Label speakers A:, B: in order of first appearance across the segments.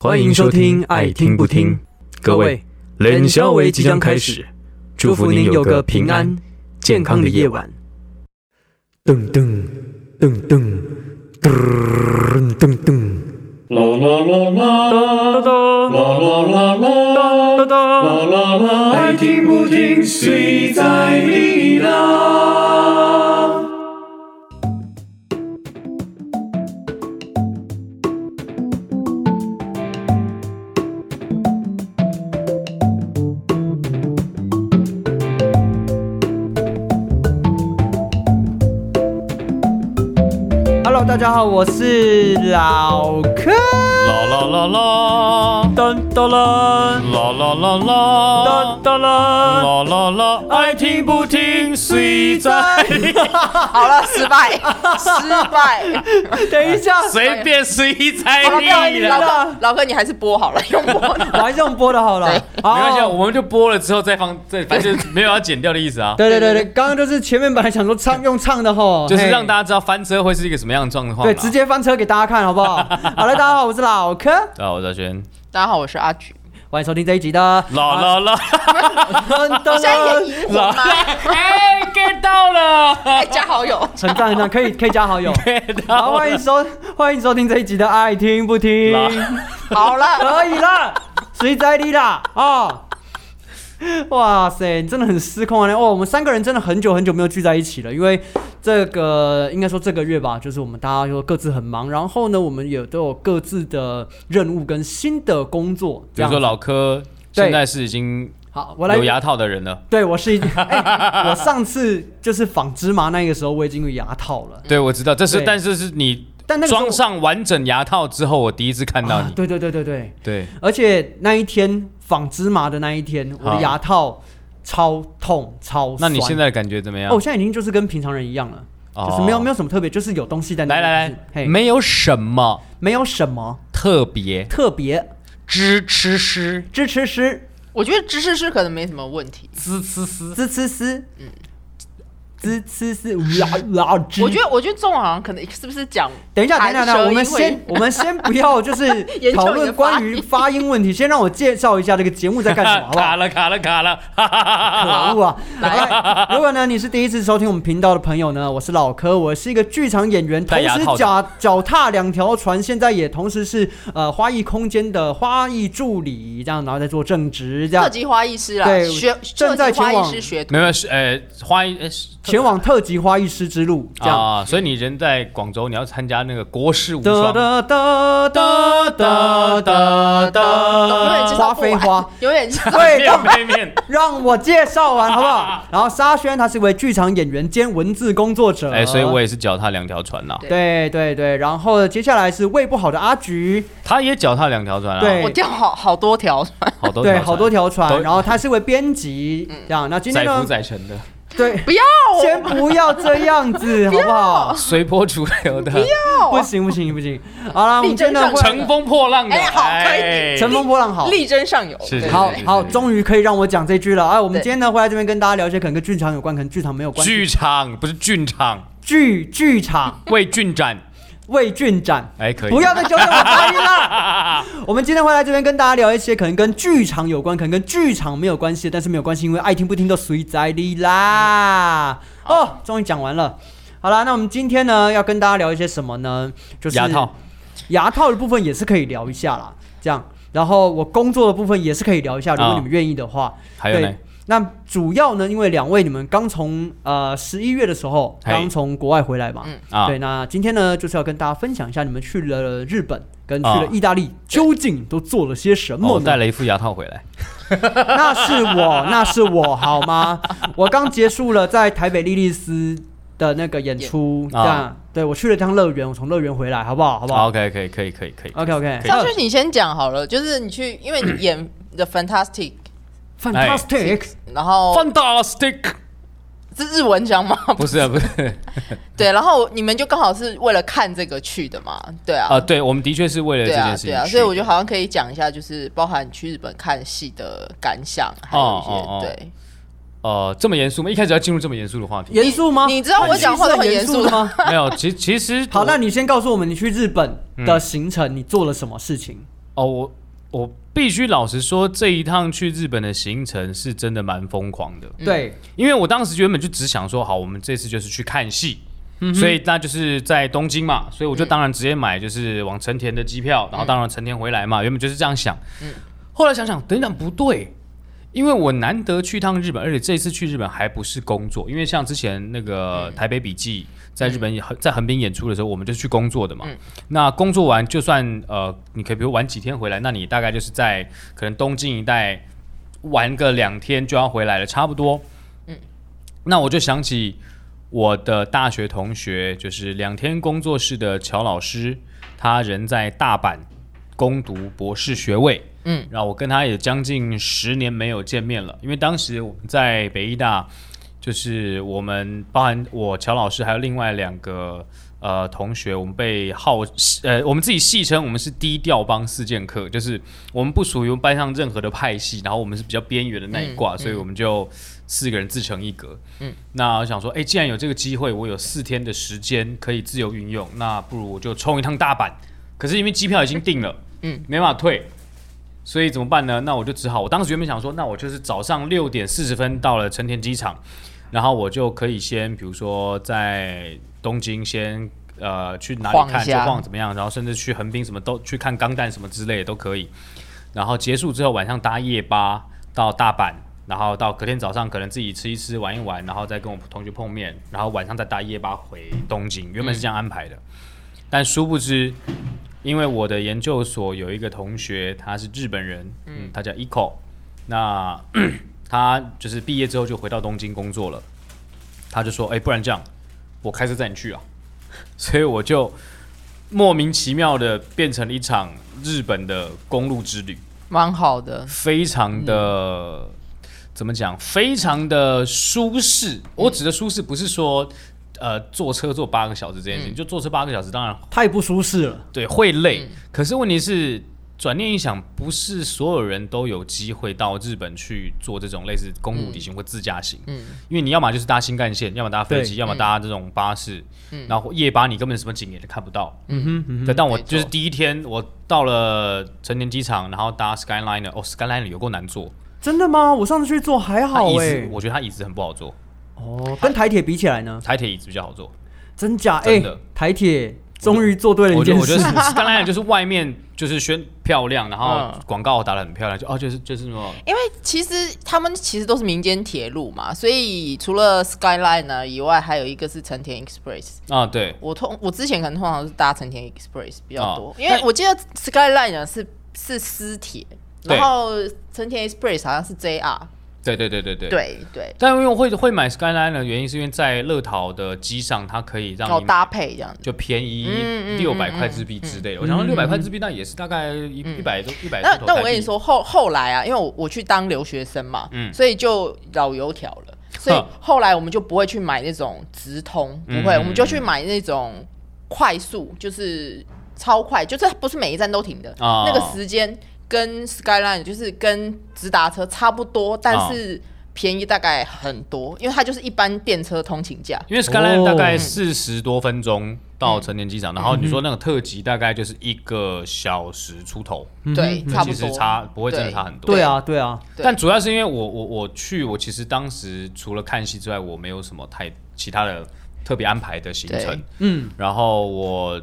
A: 欢迎收听《爱听不听》，各位，冷笑为即将开始，祝福您有个平安健康的夜晚。
B: 噔噔噔噔噔噔噔，
C: 啦啦啦啦啦啦啦啦啦啦啦，爱听不听谁在你啦？
D: Hello，大家好，我是老柯。
C: 啦啦啦啦，
D: 噔噔啦，
C: 啦啦啦啦，
D: 噔啦。
C: 啦啦啦，爱听不听谁在？
E: 好 了，失败，失 败。
D: 等一下，
C: 随便谁在
E: 好了，不啊要
C: 你啦？
E: 老哥，老哥，你还是播好了，用播。
D: 我还是用播的好了。
C: 没关系啊，
D: 好。
C: 我们就播了之后再放，再反正就是没有要剪掉的意
D: ，
C: 思啊
D: 对对对对，刚刚就是前面本来想说唱用唱的吼，
C: 就是让
D: 嘿
C: 大家知道翻车会是一个什么样的状况啦。
D: 对直接翻车给大家看好不 好？好了，大家好，我是老柯，
C: 对啊，我是阿轩，
E: 大家好，我是阿菊。
D: 欢迎收听这一集的
C: 啦啦啦。
D: 噔噔
E: 我现在
D: 噔。
E: 也疑惑吗？
C: 哎，get 到了，
E: 哎，加好友。
D: 成长成长，可以可以加好友。好，欢迎收欢迎收听这一集的爱听不听，
C: 啦
E: 好了，
D: 可以 啦，谁在你啦？哦。哇塞，你真的很失控啊！哦，我们三个人真的很久很久没有聚在一起了，因为这个应该说这个月吧，就是我们大家就各自很忙，然后呢，我们也都有各自的任务跟新的工作。
C: 比如
D: 这
C: 说
D: 样
C: 老柯
D: 对
C: 现在是已经
D: 好，我来
C: 有牙套的人了，
D: 对我是 已经，哎我上次就是纺织麻那个时候我已经有牙套了，
C: 对我知道，这是
D: 对
C: 但是是你
D: 但那个时候
C: 装上完整牙套之后，我第一次看到
D: 啊
C: 你，，
D: 对对对对对，
C: 对，
D: 而且那一天纺织麻的那一天，我
C: 好
D: 的牙套超痛超酸。
C: 那你现在的感觉怎么样
D: 哦，我？现在已经就是跟平常人一样了，
C: 哦
D: 就是没有没有什么特别，就是有东西在那
C: 来
D: 里。
C: 来
D: 就是
C: 来，
D: 嘿，
C: 没有什么
D: 没有什么
C: 特别，
D: 特别，
C: 吱吃吃，
D: 支持师，
E: 我觉得芝士是可能没什么问题。
C: 滋滋滋，
D: 支持师，支持师，哇哇！吱
E: 我觉得，我觉得中文好像可能是不是讲
D: 等一下，等一下，等一下，我们
E: 含舌音
D: 先我们先不要就是
E: 研究你的
D: 讨论关于发音问题，先让我介绍一下这个节目在干什么，好不好
C: 啊 卡？了卡了卡了，哈哈哈
D: 可
C: 哈
D: 恶啊！来，如果呢你是第一次收听我们频道的朋友呢，我是老柯，我是一个剧场演员，同
C: 戴牙
D: 时
C: 套的
D: 脚脚踏两条船，现在也同时是呃花艺空间的花艺助理，这样然后在做正职，这样
E: 特级花艺师啦，啊
D: 对
E: 学
D: 正在
E: 特级花
D: 前
E: 艺
D: 往
E: 师学 徒。
C: 没有是呃，欢迎呃是
D: 前往特级花艺师之路，这样。
C: 啊，所以你人在广州，你要参加那个国士无
D: 哒
C: 双。
D: 哒哒哒哒哒
E: 永远
D: 哒，
E: 介
D: 花
E: 绍不
D: 非
E: 完
D: 花。，
E: 永远介绍。
D: 对，让
C: 面对 面，
D: 让我介绍完好不 好？然后沙宣他是一位剧场演员兼文字工作者，
C: 哎、所以我也是脚踏两条船呐、
E: 对
D: 对对对，然后接下来是胃不好的阿菊，
C: 他也脚踏两条船啊，
D: 对
E: 我掉好好多条，
C: 好多条
D: 对，
C: 船
D: 好多条
C: 都
D: 船，然后他是位编辑，这样。那今天
C: 载浮
D: 呢？
C: 载沉的，
D: 对，
E: 不要
D: 先不要这样 子，好不好？
C: 随波逐流的，
E: 啊
D: 不行不行不行，好了，我们
E: 力争
D: 真的
E: 上
D: 会
E: 乘
C: 乘风破浪的，
E: 哎好可以
D: 乘风破浪好。
E: 力争上游。
C: 是
E: 对
D: 好
C: 对对
D: 好，
C: 对
D: 终于可以让我讲这句了。哎，我们
E: 对
D: 今天呢会来这边跟大家聊一些可能跟剧场有关，可能剧场没有关系。
C: 剧场不是郡场，
D: 剧剧场
C: 为郡展，
D: 魏俊展，
C: 哎、可以，
D: 不要再纠正我发音了。 我们今天会来这边跟大家聊一些可能跟剧场有关，可能跟剧场没有关系，但是没有关系，因为爱听不听都随在你啦。
C: 嗯
D: 哦，终于讲完了。好啦，那我们今天呢要跟大家聊一些什么呢？就是
C: 牙套，
D: 牙套的部分也是可以聊一下啦。这样，然后我工作的部分也是可以聊一下，如果
C: 啊
D: 你们愿意的话。
C: 还有呢
D: 对，那主要呢，因为两位你们刚从呃十一月的时候
C: 嘿
D: 刚从国外回来嘛，
E: 嗯
C: 啊
D: 对，那今天呢就是要跟大家分享一下你们去了日本跟去
C: 啊
D: 了意大利、究竟都做了些什
C: 哦
D: 么
C: 我带
D: 呢？
C: 了一副牙套回来，
D: 那是我，那是我好吗？我刚结束了在台北莉莉丝的那个演出，这
C: 啊
D: 样、对我去了趟乐园，我从乐园回来，好不好？好不好、
C: o k 可以可以可以可以，
D: o k OK，
C: 可以
E: 上去你先讲好了，就是你去，因为你演 The Fantastic，
D: Fantastic，、
C: 哎
E: 然后
C: Fantastic，
E: 是日文讲吗？
C: 不是啊不是
E: 对，然后你们就刚好是为了看这个去的嘛，对啊，
C: 啊，对我们的确是为了这
E: 对
C: 件
E: 啊，
C: 事情去
E: 对
C: 的，
E: 啊，所以我觉得好像可以讲一下，就是包含你去日本看戏的感想，还有一些、
C: 哦哦哦
E: 对。
C: 呃这么严肃吗？一开始要进入这么严肃的话 题，
D: 严肃吗？哦
E: 你你知道我讲话都很严肃
D: 的吗？
C: 没有，其其实
D: 好，
C: 我嗯
D: 那你先告诉我们，你去日本的行程，你做了什么事情？
C: 哦，我我必须老实说，这一趟去日本的行程是真的蛮疯狂
E: 嗯
C: 的，
D: 对，
C: 因为我当时原本就只想说，好，我们这次就是去看戏。所以那就是在东京嘛，所以我就当然直接买就是往成田的机票，然后当然成田回来嘛，原本就是这样想。后来想想，等等不对，因为我难得去趟日本，而且这次去日本还不是工作，因为像之前那个台北笔记在日本也在横滨演出的时候，我们就是去工作的嘛。那工作完就算呃，你可以比如玩几天回来，那你大概就是在可能东京一带玩个两天就要回来了，差不多。那我就想起我的大学同学，就是两天工作室的乔老师，他人在大阪攻读博士学位。
E: 嗯，
C: 然后我跟他也将近十年没有见面了，因为当时我们在北医大，就是我们包含我乔老师还有另外两个呃同学，我们被号呃我们自己戏称我们是低调帮四剑客，就是我们不属于班上任何的派系，然后我们是比较边缘的那一挂，所以我们就四个人自成一格。
E: 嗯，
C: 那我想说，哎，既然有这个机会，我有四天的时间可以自由运用，那不如我就冲一趟大阪。可是因为机票已经定了，
E: 嗯，
C: 没办法退。所以怎么办呢？那我就只好，我当时原本想说，那我就是早上六点四十分到了成田机场，然后我就可以先，比如说在东京先呃去哪
E: 晃
C: 里
E: 一
C: 看就
E: 下
C: 晃怎么样，然后甚至去横滨什么都去看钢弹什么之类的都可以。然后结束之后晚上搭夜巴到大阪，然后到隔天早上可能自己吃一吃玩一玩，然后再跟我同学碰面，然后晚上再搭夜巴回东京，原本是这样安排的。但殊不知，因为我的研究所有一个同学，他是日本人，嗯，他叫 Eco，那 他就是毕业之后就回到东京工作了，他就说，哎、不然这样，我开车载你去啊， 所以我就莫名其妙的变成了一场日本的公路之旅，
E: 蛮好的，
C: 非常的、怎么讲，非常的舒适。我指的舒适不是说。呃，坐车坐八个小时这件事情，就坐车八个小时，当然
D: 太不舒适了。
C: 对，会累。
E: 嗯
C: 可是问题是，转念一想，不是所有人都有机会到日本去做这种类似公路旅行或自驾行。
E: 嗯，
C: 因为你要么就是搭新干线，要么搭飞机，
D: 对
C: 要么搭这种巴士，
E: 嗯
C: 然后夜巴你根本什么景也看不到。
D: 嗯哼嗯
C: 对，但我
E: 没错
C: 就是第一天，我到了成田机场，然后搭 Skyliner，哦，Skyliner 有够难坐，
D: 真的吗？我上次去坐还
C: 它
D: 好
C: 椅
D: 哎、
C: 子我觉得它椅子很不好坐，
D: 哦，跟台铁比起来呢，
C: 台铁椅子比较好坐。
D: 真假？哎、
C: 真的
D: 台铁终于做对了一
C: 我觉
D: 件
C: 得
D: 事。
C: 我觉得 Skyliner 就是外面就是宣漂亮，然后
E: 嗯
C: 广告打的很漂亮，就哦就是就是什么
E: 因为其实他们其实都是民间铁路嘛，所以除了 Skyline 呢以外，还有一个是成田 Express。
C: 啊对。
E: 我通我之前可能通常是搭成田 Express 比较多，
C: 哦
E: 因为我记得 Skyline 呢是是私铁，
C: 对
E: 然后成田 Express 好像是 JR
C: 对对对对对。
E: 对。对
C: 但因为我会会买 Skyline 的原因，是因为在乐淘的机上，它可以让
E: 然后
C: 你
E: 搭配这样子。
C: 就便宜
E: 嗯嗯嗯嗯
C: 六百块日币之类的。我想说六百块日币，那也是大概一一百多一百。
E: 那那我跟你，说，后后来啊，因为我我去当留学生嘛，
C: 嗯
E: 所以就老油条了，所以
C: 哼
E: 后来我们就不会去买那种直通，不会，
C: 嗯
E: 我们就去买那种快速，就是超快，就是不是每一站都停的，
C: 哦
E: 那个时间跟 Skyline 就是跟直达车差不多，
C: 哦
E: 但是便宜大概很多，因为它就是一般电车通勤价，
C: 因为 Skyline
D: 哦
C: 大概四十多分钟
E: 嗯
C: 到成田机场，然后你说那个特级大概就是一个小时出头，
E: 对，嗯差不
C: 嗯其实
E: 多，嗯
C: 差不会真的
E: 对
C: 差很多。
D: 对啊，对啊，
E: 对
C: 但主要是因为我我我去，我其实当时除了看戏之外，我没有什么太其他的特别安排的行程
E: 对。
D: 嗯，
C: 然后我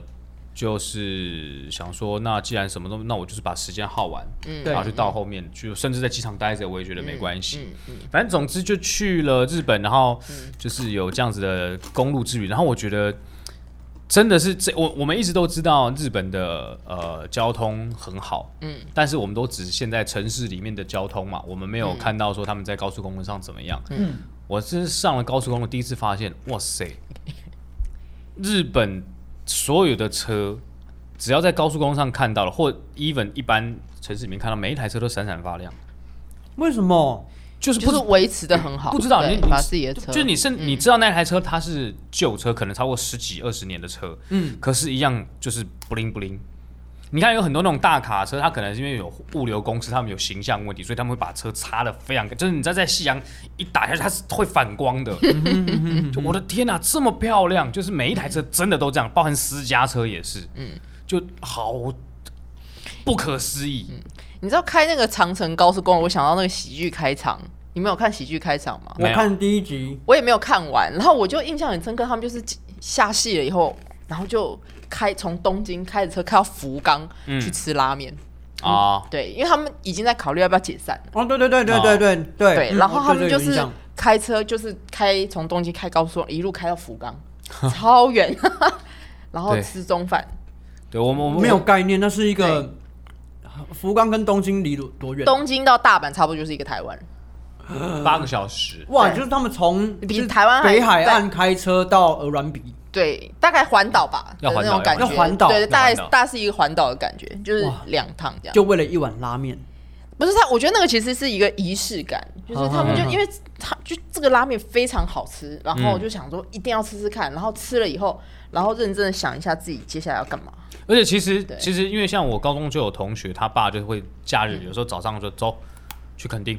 C: 就是想说，那既然什么都，那我就是把时间耗完，
E: 嗯
C: 然后就
D: 对
C: 到后面去，甚至在机场待着，我也觉得没关系。
E: 嗯嗯
C: 反正总之就去了日本，然后就是有这样子的公路之旅，然后我觉得。真的是这我我们一直都知道日本的呃交通很好，
E: 嗯，
C: 但是我们都只限在城市里面的交通嘛，我们没有看到说他们在高速公路上怎么样。
E: 嗯，
C: 我是上了高速公路第一次发现，哇塞， 日本所有的车，只要在高速公路上看到了，或 even 一般城市里面看到，每一台车都闪闪发亮，
D: 为什么？
C: 就是不
E: 就是维持的很好，
C: 不知道
E: 对
C: 你你
E: 把自己的车，嗯
C: 就是你甚你知道那台车它是旧车，可能超过十几二十年的车，
D: 嗯，
C: 可是一样就是不灵不灵。你看有很多那种大卡车，它可能是因为有物流公司，他们有形象问题，所以他们会把车擦的非常，就是你知道在夕阳一打下去，它是会反光 的。就我的天哪、这么漂亮！就是每一台车真的都这样，包含私家车也是，嗯，就好不可思议。
E: 你知道开那个长城高速公路，我想到那个喜剧开场，你们有看喜剧开场吗？
D: 我
C: 没有
D: 看第一集，
E: 我也没有看完，然后我就印象很深刻，他们就是下戏了以后，然后就开从东京开着车开到福冈
C: 嗯
E: 去吃拉面，
D: 嗯
C: 啊，
E: 对，因为他们已经在考虑要不要解散了，
D: 哦，对对对对对对对
E: 对，
D: 嗯
E: 然后他们
D: 我对这个有印
E: 就是
D: 象
E: 开车就是开从东京开高速一路开到福 冈，超远， 然后
C: 对
E: 吃中饭，
C: 对我们我们
D: 没有概念，那是一个福冈跟东京离多多远？
E: 东京到大阪差不多就是一个台湾，
C: 八个小时，
D: 哇，
E: 对
D: 就是他们从
E: 比
D: 就是
E: 台湾还
D: 北海岸开车到鹅銮鼻，
E: 对，大概环岛吧，
C: 要
E: 的
C: 环
E: 那
C: 岛
E: 种感觉，
D: 要环岛
E: 对，
D: 要
E: 大概
C: 环岛
E: 大概是一个环岛的感觉，就是
D: 哇
E: 两趟这样。
D: 就为了一碗拉面。
E: 不是他，我觉得那个其实是一个仪式感，就是他们就
D: 嗯嗯嗯
E: 因为他就这个拉面非常好吃，然
C: 嗯
E: 后我就想说一定要吃吃看，然后吃了以后，然后认真的想一下自己接下来要干嘛。
C: 而且其实
E: 对
C: 其实因为像我高中就有同学，他爸就会假日有时候早上就走去垦丁，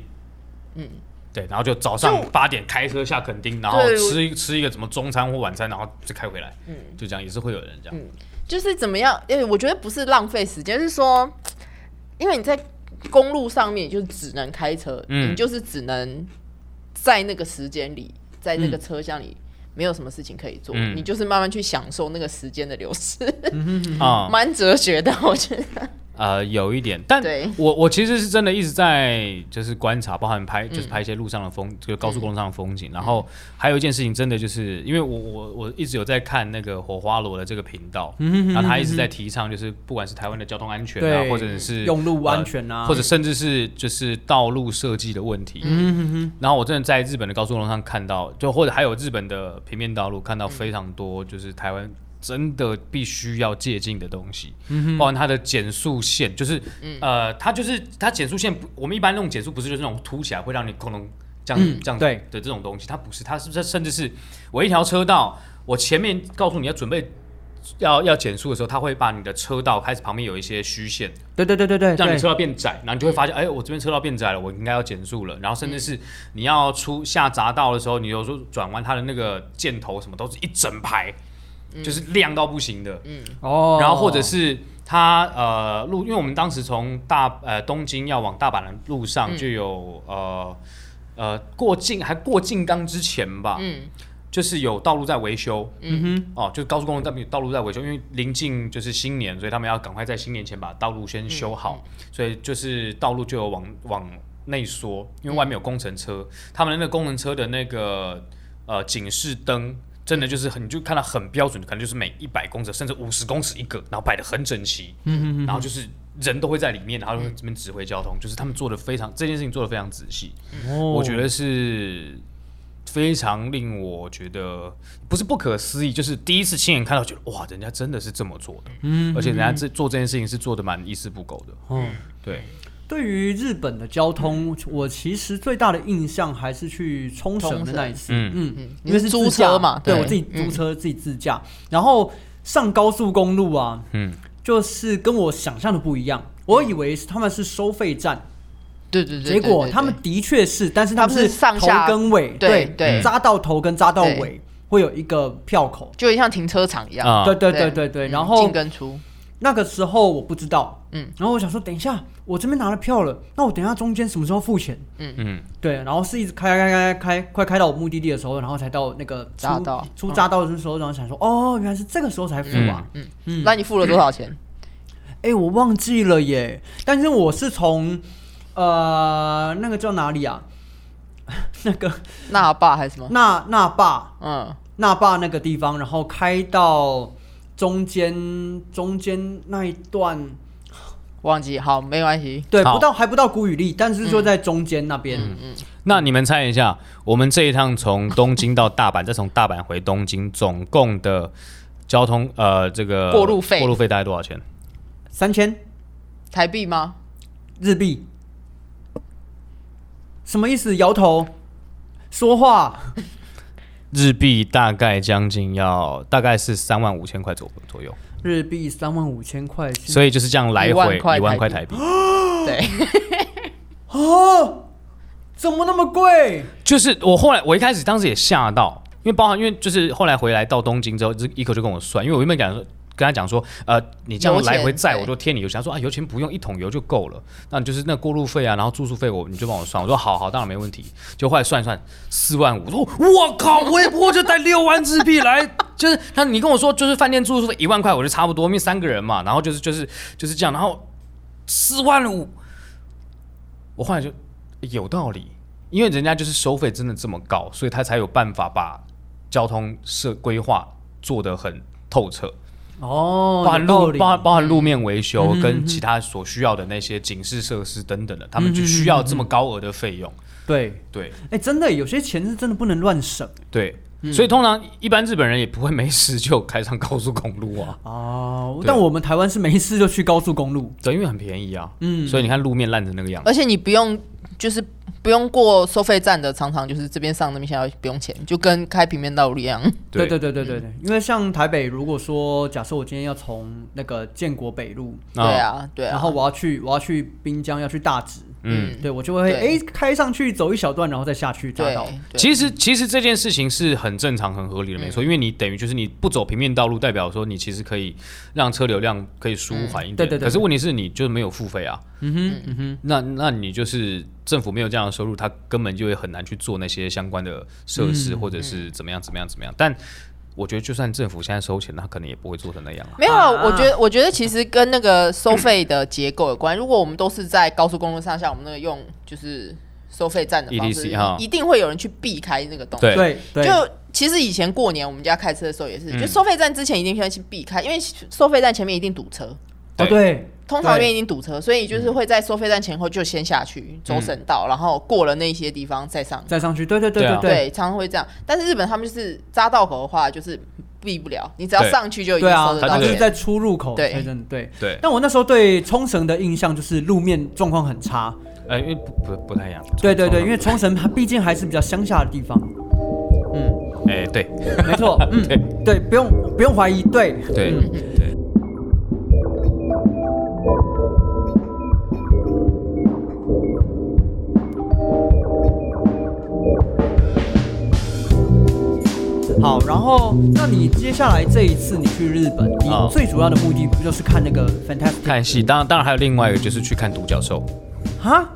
C: 嗯
E: 嗯，
C: 对，然后就早上
E: 就
C: 八点开车下垦丁，然后
E: 对我
C: 吃一吃一个什么中餐或晚餐，然后再开回来，嗯，就这样也是会有人这样，
E: 就是怎么样？哎、我觉得不是浪费时间，是说，因为你在公路上面，你就只能开车，
C: 嗯
E: 你就是只能在那个时间里，在那个车厢里。没有什么事情可以做，
C: 嗯
E: 你就是慢慢去享受那个时间的流逝，嗯
C: 啊、
E: 蛮哲学的，我觉得。
C: 呃，有一点，但
E: 对
C: 我我其实是真的一直在就是观察，包含拍就是拍一些路上的风，就是高速公路上的风景。然后还有一件事情，真的就是因为我我我一直有在看那个火花罗的这个频道，然后他一直在提倡，就是不管是台湾的交通安全啊，
D: 对
C: 或者是
D: 用路安全啊嗯
C: 呃或者甚至是就是道路设计的问题。然后我真的在日本的高速公路上看到，就或者还有日本的平面道路看到非常多，就是台湾真的必须要借鉴的东西，
D: 嗯
C: 包含它的减速线，就是、呃，它就是它减速线不，我们一般那种减速不是就是那种凸起来会让你空中这样、
D: 嗯
C: 这样
D: 对
C: 的这种东西，它不是，它是不是甚至是我一条车道，我前面告诉你要准备。要要减速的时候，它会把你的车道开始旁边有一些虚线，
D: 对对对对对，
C: 让你
D: 对
C: 车道变窄，然后你就会发现，哎、我这边车道变窄了，我应该要减速了。然后甚至是你要出下匝道的时候，你有时候转弯，它的那个箭头什么都是一整排，
D: 嗯
C: 就是亮到不行的。
D: 哦，
C: 然后或者是它呃路，因为我们当时从大呃东京要往大阪的路
D: 嗯
C: 上就有、呃呃过境还过境冈之前吧，
E: 嗯
C: 就是有道路在维修，
D: 嗯哼，
C: 哦，就是高速公路那边有道路在维修，因为临近就是新年，所以他们要赶快在新年前把道路先修好，
D: 嗯
C: 所以就是道路就有往往内缩，因为外面
D: 嗯
C: 有工程车，他们的那个工程车的那个呃警示灯。真的就是很，你就看到很标准，可能就是每一百公尺甚至五十公尺一个，然后摆的很整齐，嗯嗯嗯，然后就是人都会在里面，然后会这边指挥交通，就是他们做的非常这件事情做的非常仔细，哦我觉得是非常令我觉得不是不可思议，就是第一次亲眼看到，觉得哇，人家真的是这么做的，嗯，而且人家这做这件事情是做的蛮一丝不苟的，
D: 哦
C: 对，
D: 对于日本的交通，我其实最大的印象还是去冲绳的那一次，
C: 嗯
D: 嗯
E: 嗯
D: 因为是
E: 你是租
D: 自驾
E: 车嘛
D: 对
E: 对嗯
D: 我自己租车、自己自驾，然后上高速公路啊，
C: 嗯，
D: 就是跟我想象的不一样，我以为是他们是收费站，
E: 对对对
D: 结
E: 对
D: 果
E: 对
D: 他们
E: 对
D: 的确是，但是他们
E: 他们是上
D: 头
E: 下
D: 跟尾，
E: 对
C: 嗯
E: 对
D: 扎到头跟扎到
E: 对
D: 尾会有一个票口，
E: 就很像停车场一样。
C: 啊
D: 对对对对对，
E: 嗯
D: 然后
E: 进跟出，
D: 那个时候我不知道，嗯
E: 嗯，
D: 然后我想说，等一下我这边拿了票了，那我等一下中间什么时候付钱？
C: 嗯，
D: 对，然后是一直开开开开开，快开到我目的地的时候，然后才到那个出
E: 匝道
D: 出匝道的时候，然后想说，哦，原来是这个时候才付啊，
E: 那你付了多少钱？
D: 哎、我忘记了耶，但是我是从呃那个叫哪里啊？那个
E: 那爸还是什么？
D: 那那坝
E: 嗯，
D: 那坝那个地方，然后开到中间中间那一段。
E: 忘记，好，没关系。
D: 对，
C: 好
D: 不到还不到古雨力，但是就在中间那边。
C: 那你们猜一下，我们这一趟从东京到大阪，再从大阪回东京，总共的交通呃这个
E: 过路费
C: 过路费大概多少钱？
D: 三千
E: 台币吗？
D: 日币，什么意思？摇头，说话，
C: 日币大概将近要大概是三万五千块左左右，
D: 日币三万五千块是，
C: 所以就是这样来
E: 嗯一
C: 回
E: 万块
C: 一万块
E: 台
C: 台币，
E: 对，
D: 哦，怎么那么贵？
C: 就是我后来我一开始当时也吓到，因为包含因为就是后来回来到东京之后，一口就跟我算，因为我原本想说呃跟他讲说，呃，你这样
E: 油钱
C: 来回载
E: 对
C: 我就贴你油钱。他说啊，油钱不用，一桶油就够了。那你就是那过路费啊，然后住宿费我你就帮我算。我说好好，当然没问题。就后来算一算，四万五。我说我靠，我也不过就带六万日币来，就是那你跟我说就是饭店住宿费一万块，我就差不多，因为三个人嘛，然后就是就是就是这样，然后四万五，我后来就有道理，因为人家就是收费真的这么高，所以他才有办法把交通设规划做得很透彻。
D: 哦，
C: 包含
D: 有道
C: 路
D: 理嗯
C: 包含包含路面维修跟其他所需要的那些警示设施等
D: 嗯
C: 等的，他们就需要这么高额的费用。
D: 对，
C: 对
D: 哎，真的有些钱是真的不能乱省
C: 对，
D: 嗯
C: 所以通常一般日本人也不会没事就开上高速公路啊，
D: 哦。
C: 对
D: 但我们台湾是没事就去高速公路，
C: 对，因为很便宜啊。嗯，所以你看路面烂成那个样子，
E: 而且你不用就是不用过收费站的，常常就是这边上那边下不用钱，就跟开平面道路一样。
D: 呃对对对对对对，因为像台北，如果说假设我今天要从那个建国北路，
E: 对啊，对啊。
D: 然后我要去我要去滨江，要去大直，
C: 嗯。
D: 对我就会哎
E: 对
D: 开上去走一小段，然后再下去大
E: 对
D: 道。，
E: 对
C: 其实，其实这件事情是很正常、很合
D: 嗯
C: 理的，没错。因为你等于就是你不走平面道路，代表说你其实可以让车流量可以舒缓一点。
D: 对对对
C: 可是问题是，你就没有付费啊。
D: 嗯哼嗯哼，
C: 那那你就是政府没有这样的收入，他根本就会很难去做那些相关的设
D: 嗯
C: 施，或者是怎么样怎么样怎么样。但我觉得，就算政府现在收钱，他可能也不会做成那样啊。
E: 没有啊，
D: 啊
E: 我觉得我觉得其实跟那个收费的结构有关。如果我们都是在高速公路上，像我们那个用就是收费站的方式
C: ETC E 哈，
E: 一定会有人去避开那个东西。
C: 对
D: 对对，
E: 就其实以前过年我们家开车的时候也是，
C: 嗯
E: 就收费站之前一定先去避开，因为收费站前面一定堵车，
D: 哦对，
E: 通常那
D: 对
E: 边一定堵车，所以
C: 嗯
E: 就是会在收费站前后就先下去走省道，然后过了那些地方再上。
D: 再上去，对对对
C: 对啊
D: 对
E: 对，常常会这样。但是日本他们就是匝道口的话，就是避不了，你只要
C: 对
E: 上去就已经
D: 对
E: 收
D: 啊，
E: 得
D: 它
E: 到
D: 就是
E: 钱。
D: 在出入口，
E: 对
D: 对真的对。
C: 对，
D: 但我那时候对冲绳的印象就是路面状况很差，
C: 呃，因为不不不太一样。
D: 对对对，因为
C: 从
D: 冲绳它毕竟还是比较乡下的地 方，嗯，
C: 哎，对
D: 没错，嗯，
C: 对
D: 对，不用不用怀疑，对，
C: 对
D: 嗯
C: 对，
D: 好，然后那你接下来这一次你去日本，你
C: 哦
D: 最主要的目的不就是看那个 Fantastic
C: 看戏。当然，当然还有另外一个就是去看独角兽
D: 哈？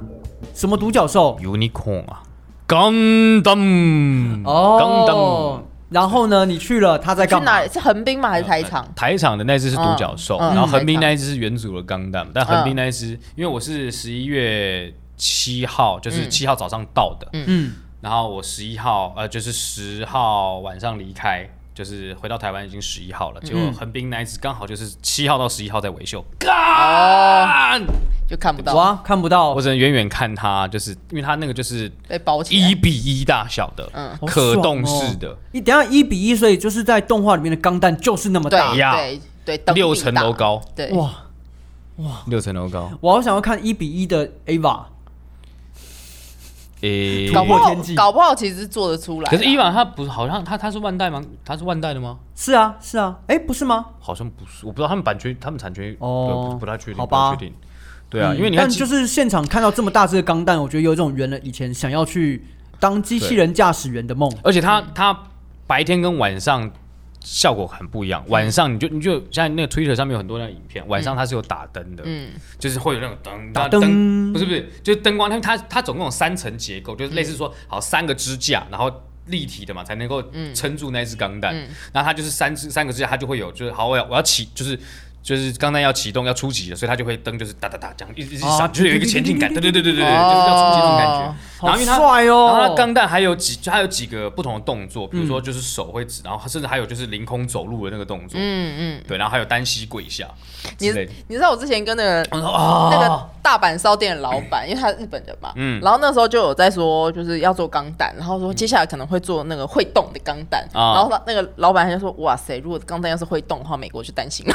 D: 什么独角兽？
C: Unicorn 啊，Gundam
D: 哦，然后呢，你去了，他在
E: 去
D: 干嘛
E: 哪？里？是横滨吗？还是台场？
C: 台场的那只是独角兽，
E: 嗯嗯
C: 然后横滨
E: 台场嗯
C: 那一只是原主的钢弹，但横滨那一只，因为我是十一月七号，就是
E: 嗯
C: 七号早上到的，
D: 嗯，
C: 然后我十一号，呃，就是十号晚上离开，就是回到台湾已经十一号
E: 嗯
C: 了。结果横滨那一只刚好就是七号到十一号在维
E: 哦
C: 修，干！
E: 就看不到，
D: 哇，看不到
C: 我，只能远远看它，就是因为它那个就是
E: 被包起
C: 一
E: 来。
C: 比一大小的，
E: 嗯
D: 好
C: 可
D: 爽
C: 动
D: 哦
C: 式的，
D: 一等一下一比一，所以就是在动画里面的钢弹就是那么大
E: 对
C: 呀
E: 对对，等比
C: 六层楼
E: 大。
C: 高，
E: 对，
D: 哇！
C: 六层楼 高，
D: 我好想要看一比一的 AVA，
C: 诶、
E: 搞不
D: 突破
E: 好
D: 天际
E: 搞不好其实做得出来啊。
C: 可是伊娃它不是好像它它是万代吗？它是万代的吗？
D: 是啊是啊，哎，不是吗？
C: 好像不是，我不知道他们版权，他们产权
D: 哦
C: 不不太确定，
D: 好吧
C: 不太确定。对啊，
D: 嗯
C: 因为你看
D: 但
C: 机，
D: 就是现场看到这么大只的钢弹，我觉得有一种原来以前想要去当机器人驾驶员的梦。
C: 而且它它白天跟晚上效果很不一
D: 嗯
C: 样。晚上你就你就像那个 Twitter 上面有很多那影片，晚上它是有打灯的，
E: 嗯，
C: 就是会有那种灯
D: 打
C: 灯
D: 灯
C: 不是不是，就是灯光，它它它总共有三层结构，就是类
D: 嗯
C: 似说好三个支架，然后。立体的嘛，才能够
D: 嗯
C: 撑住那只钢弹。那、它就是三只三个支架，它就会有，就是好，我要我要启，就是就是钢弹要启动要出击了，所以它就会灯就是哒哒哒这样一直一直闪，
D: 啊
C: 就是有一个前进感。对对对对对对，
E: 哦
C: 就是要出击这种感觉。然
D: 好
C: 后因为它
D: 帅
C: 然后
D: 哦
C: 它！钢弹还有几，就还有几个不同的动作，比如
E: 嗯
C: 说就是手会指，然后甚至还有就是凌空走路的那个动作，
E: 嗯
C: 对，然后还有单膝跪下
E: 你
C: 之类的。
E: 你知道我之前跟那个
C: 我说啊，
E: 那个大阪烧店的老 板，因为他是日本人嘛，
C: 嗯
E: 然后那时候就有在说，就是要做钢弹，然后说接下来可能会做那个会动的钢弹，
C: 啊
E: 然后他那个老板他就说，哇塞，如果钢弹要是会动的话，美国就担心了。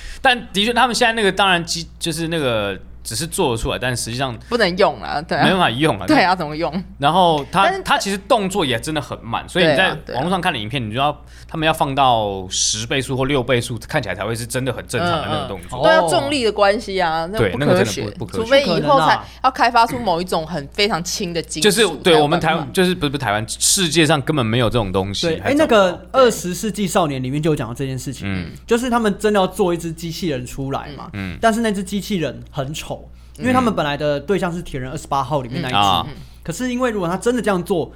C: 但的确，他们现在那个当然机就是那个只是做得出来，但实际上没
E: 不能用了，对
C: 办
E: 啊，
C: 法用啊。
E: 对啊，怎么用？
C: 然后他
E: 但是
C: 他其实动作也真的很慢，所以你
E: 对
C: 在
E: 啊对啊
C: 网络上看的影片，你就要他们要放到十倍速或六倍速，看起来才会是真的很正常的那个动
D: 嗯嗯
C: 作。
E: 对啊，
D: 哦
E: 重力的关系啊，
C: 对
E: 不
C: 那个
E: 科
C: 真的
E: 学，
C: 不不科
E: 除
C: 学
E: 非
D: 不可
E: 以
D: 能
E: 后
D: 啊
E: 才要开发出某一种很非常轻的金属
C: 就
E: 才有
C: 是
E: 办法，
C: 对我们台湾就是不是台湾世界上根本没有这种东西。
D: 对，
C: 还
D: 哎，
C: 找
D: 那
C: 不到
D: 个二十世纪少年里面就有讲到这件事情，
C: 嗯
D: 就是他们真的要做一只机器人出来嘛，
C: 嗯嗯
D: 但是那只机器人很丑，因为他们本来的对象是铁人二十八号里面那一只，
C: 嗯啊
D: 可是因为如果他真的这样做，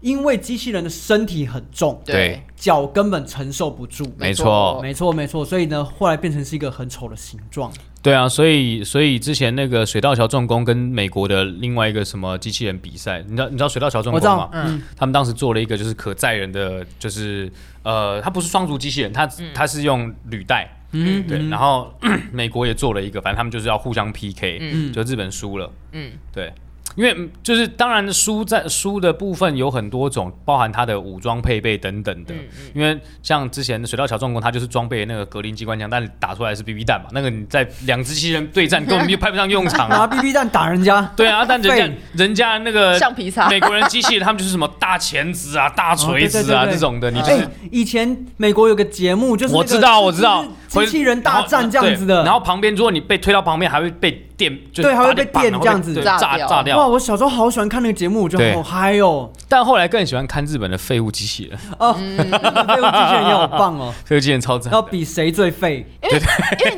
D: 因为机器人的身体很重，
E: 对
C: 对，
D: 脚根本承受不住，
C: 没错，
D: 没错没错，所以呢，后来变成是一个很丑的形状，
C: 对啊，所以所以之前那个水道桥重工跟美国的另外一个什么机器人比赛，你知道你知道水道桥重
D: 我
C: 工
D: 知道嗯
C: 吗？嗯他们当时做了一个就是可载人的，就是呃，它不是双足机器人，它、它是用履带。嗯，对，然后 美国也做了一个，反正他们就是要互相 PK，嗯，就日本输了，
E: 嗯
C: 嗯，对，因为嗯就是当然输在输的部分有很多种，包含它的武装配备等等
E: 嗯
C: 的，因为像之前水道桥重工，它就是装备那个格林机关枪，但打出来是 BB 弹嘛，那个你在两只机器人对战根本就派不上用场啊
D: 拿，BB 弹打人家，
C: 对啊，但人
D: 废
C: 家人家那个
E: 橡皮擦
C: 美国人机器人他们就是什么大钳子啊、大锤子
D: 哦对
C: 啊
D: 对对对
C: 这种的，你就
D: 哎、
C: 是。
D: 以前美国有个节目，就是那
C: 我
D: 个
C: 知道，我知道，
D: 就是机器人大战这样子
C: 然
D: 的。
C: 后对然后旁边，如果你被推到旁边，还会被电，就是
D: 对还会被
C: 打你
D: 电
C: 绑
D: 这样子
C: 对
E: 炸
C: 炸
E: 掉
C: 炸
D: 哇，
C: 掉。
D: 我小时候好喜欢看那个节目，我觉得
C: 对
D: 好嗨哦！
C: 但后来更喜欢看日本的废物机器 人，
D: 哦，
E: 嗯
D: 废物机器人也好棒 哦，
C: 废物机器人超赞的。
D: 要比谁最废。
E: 因为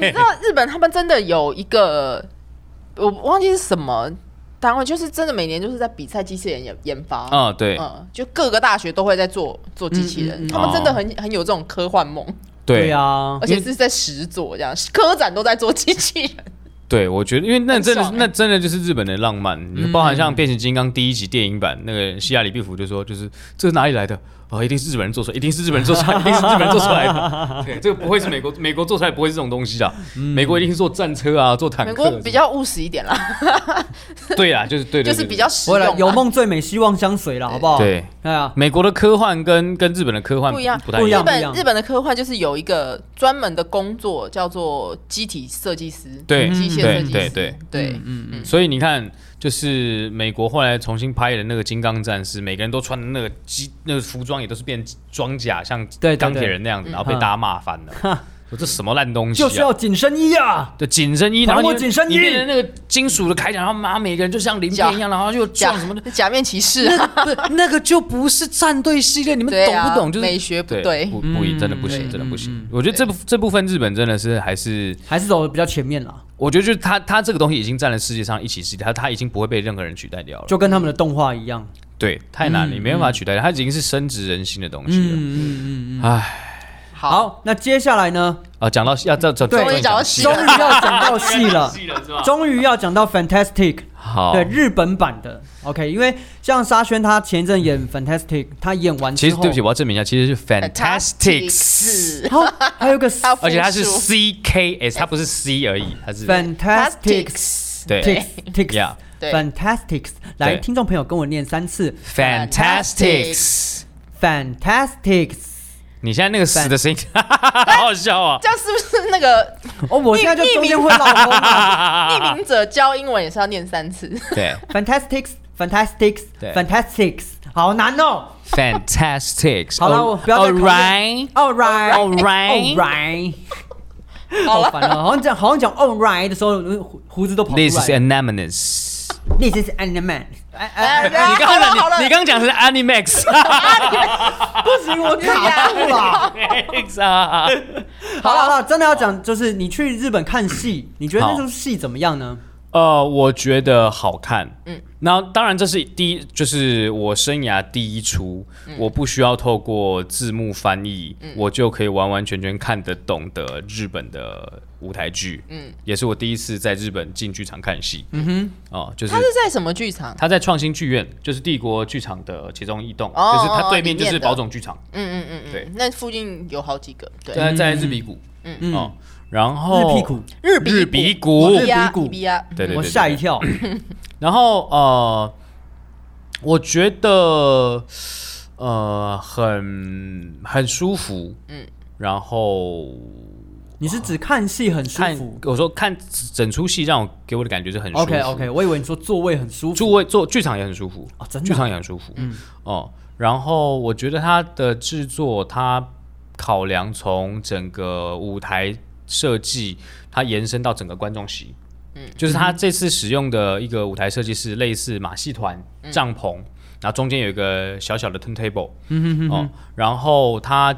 E: 你知道日本他们真的有一个，我忘记是什么单位，就是真的每年就是在比赛机器人研研发。嗯
C: 嗯，对
E: 就各个大学都会在做做机器人，
D: 嗯嗯嗯
E: 他们真的很、
C: 哦
E: 很有这种科幻梦，
D: 对
C: 对啊，
D: 啊
E: 而，且是在实做这样，科展都在做机 器人。
C: 对，我觉得，因为那真的是
E: 很爽欸
C: 那真的就是日本的浪漫，包含像变形金刚第一集电影版那个西亚里毕福就说，就是这是哪里来的？哦，一定是日本人做出来，一定是日本人做 出来，一定是日本人做出来的。对，这个不会是美国，美国做出来不会是这种东西的。美国一定是做战车啊，做坦
E: 美
C: 克。
E: 国比较务实一点啦，
C: 对啊，就是对，对
E: 就是
C: 对
E: 比较实
D: 我来
E: 用。啊
D: 有，梦最美，希望相随啦，好不好？
C: 对。
D: 对啊，
C: 美国的科幻跟跟日本的科幻
E: 不一样
C: 不太
D: 不一
E: 日
D: 样
E: 本日本的科幻就是有一个专门的工作叫做机体设计师，
C: 对
E: 机械设计师，
C: 对对对
E: 对
D: 嗯嗯，
C: 所以你看，就是美国后来重新拍的那个《金刚战士》，每个人都穿的那个机那个服装也都是变装甲，像
D: 对对嗯
C: 钢铁人那样子，然后被大家骂翻了，说这什么烂东西
D: 就是
C: 啊
D: 要！紧身衣啊！
C: 对紧身衣，
D: 还
C: 然后
D: 我
C: 你
D: 紧身衣
C: 你变成那个金属的铠甲，然后妈每个人就像鳞片一样，然后就
E: 假
C: 撞什么的，
E: 假面骑士啊，
C: 不那个就不是战队系列，你们
E: 对
C: 懂
E: 啊
C: 不懂？就是
E: 美学不对
C: 不不一真的不
D: 嗯
E: 对
C: 行，真的不行。我觉得这部这部分日本真的是还是
D: 还是走的比较前面啦，
C: 我觉得就是它它这个东西已经占了世界上一席之地，它它已经不会被任何人取代掉了。
D: 就跟他们的动画一样。
C: 对，太难了，你没办法取代它，它已经是深植人心的东西了。
D: 嗯嗯嗯嗯嗯。
C: 唉，
E: 好，
D: 好，那接下来呢，
C: 啊，讲到要这这
D: 对
E: 终于讲到戏
D: 终
C: 啊
D: 于要讲到戏了，
C: 了是吧？
D: 终于要讲到 Fantastic。
C: 啊好，
D: 对日本版的 OK，因为像沙宣他前一阵演 Fantastic，他演完
C: 其
D: 之
C: 实
D: 后，
C: 对不起，我要证明一下，其实是 Fantastics，
E: Fantastics
D: 然后还有个
E: 还有复数
C: 而且它是 C K S，它不是 C 而已，它是
D: Fantastics，
C: 对
D: ticks ticks
C: Yeah
E: 对
D: fantastics，来，
C: 对
D: 听众朋友跟我念三次
C: Fantastics。
D: fantastics。
C: 你现在那个死的声音， 好好笑 啊！
E: 这样是不是那个
D: 哦，我现在就中间会落空了。
E: 匿名者教英文也是要念三次？
C: 对
D: fantastics fantastics
C: 对
D: fantastics，好难哦。
C: ，Fantastics。
D: 好了，我不要再
C: All
D: 考验
C: right。
D: All right.
C: All right.
D: All right. 好烦哦，好像讲好像讲 All right 的时候，胡胡子都跑出来。
C: This is anonymous。
D: This is Animan。哎哎，哎
C: 你刚刚
E: 好了
C: 讲你你刚刚讲的是 Animax
D: 不行，我卡住 了。
C: 啊，
D: 好了好了，真的要讲，就是你去日本看戏，你觉得那
C: 好
D: 出戏怎么样呢？
C: 呃，我觉得好看。嗯，那当然这是第一，就是我生涯第一出，我不需要透过字幕翻译，我就可以完完全全看得懂的日本的舞台剧。嗯，也是我第一次在日本进剧场看戏。嗯哼，哦，就是
E: 他是在什么剧场？
C: 他在创新剧院，就是帝国剧场的其中一栋，
E: 哦
C: 就是他对面
E: 哦
C: 就
E: 里
C: 是
E: 面的
C: 宝冢剧场，
E: 嗯嗯嗯
C: 对
E: 嗯，那附近有好几个，对，
C: 在
D: 啊
C: 在日比谷。嗯哦，然后
D: 日屁股，
E: 日
C: 日比谷
E: 伊比亚
D: 日比谷
E: 伊比亚
C: 对对对，
D: 我
C: 对
D: 吓一
C: 对
D: 跳。
C: 然后呃，我觉得呃很很舒服，嗯，然后
D: 你是指看戏很舒
C: 看
D: 服
C: 我说看整出戏让我给我的感觉是很舒服。
D: ？OK OK，我以为你说座位很舒服。
C: 住位做剧场也很舒服
D: 哦真的啊
C: 剧场也很舒服。嗯，哦，然后我觉得它的制作，它考量从整个舞台设计，它延伸到整个观众席。嗯，就是它这次使用的一个舞台设计是类似马戏团
D: 嗯
C: 帐篷，然后中间有一个小小的 turntable。嗯哦，然后它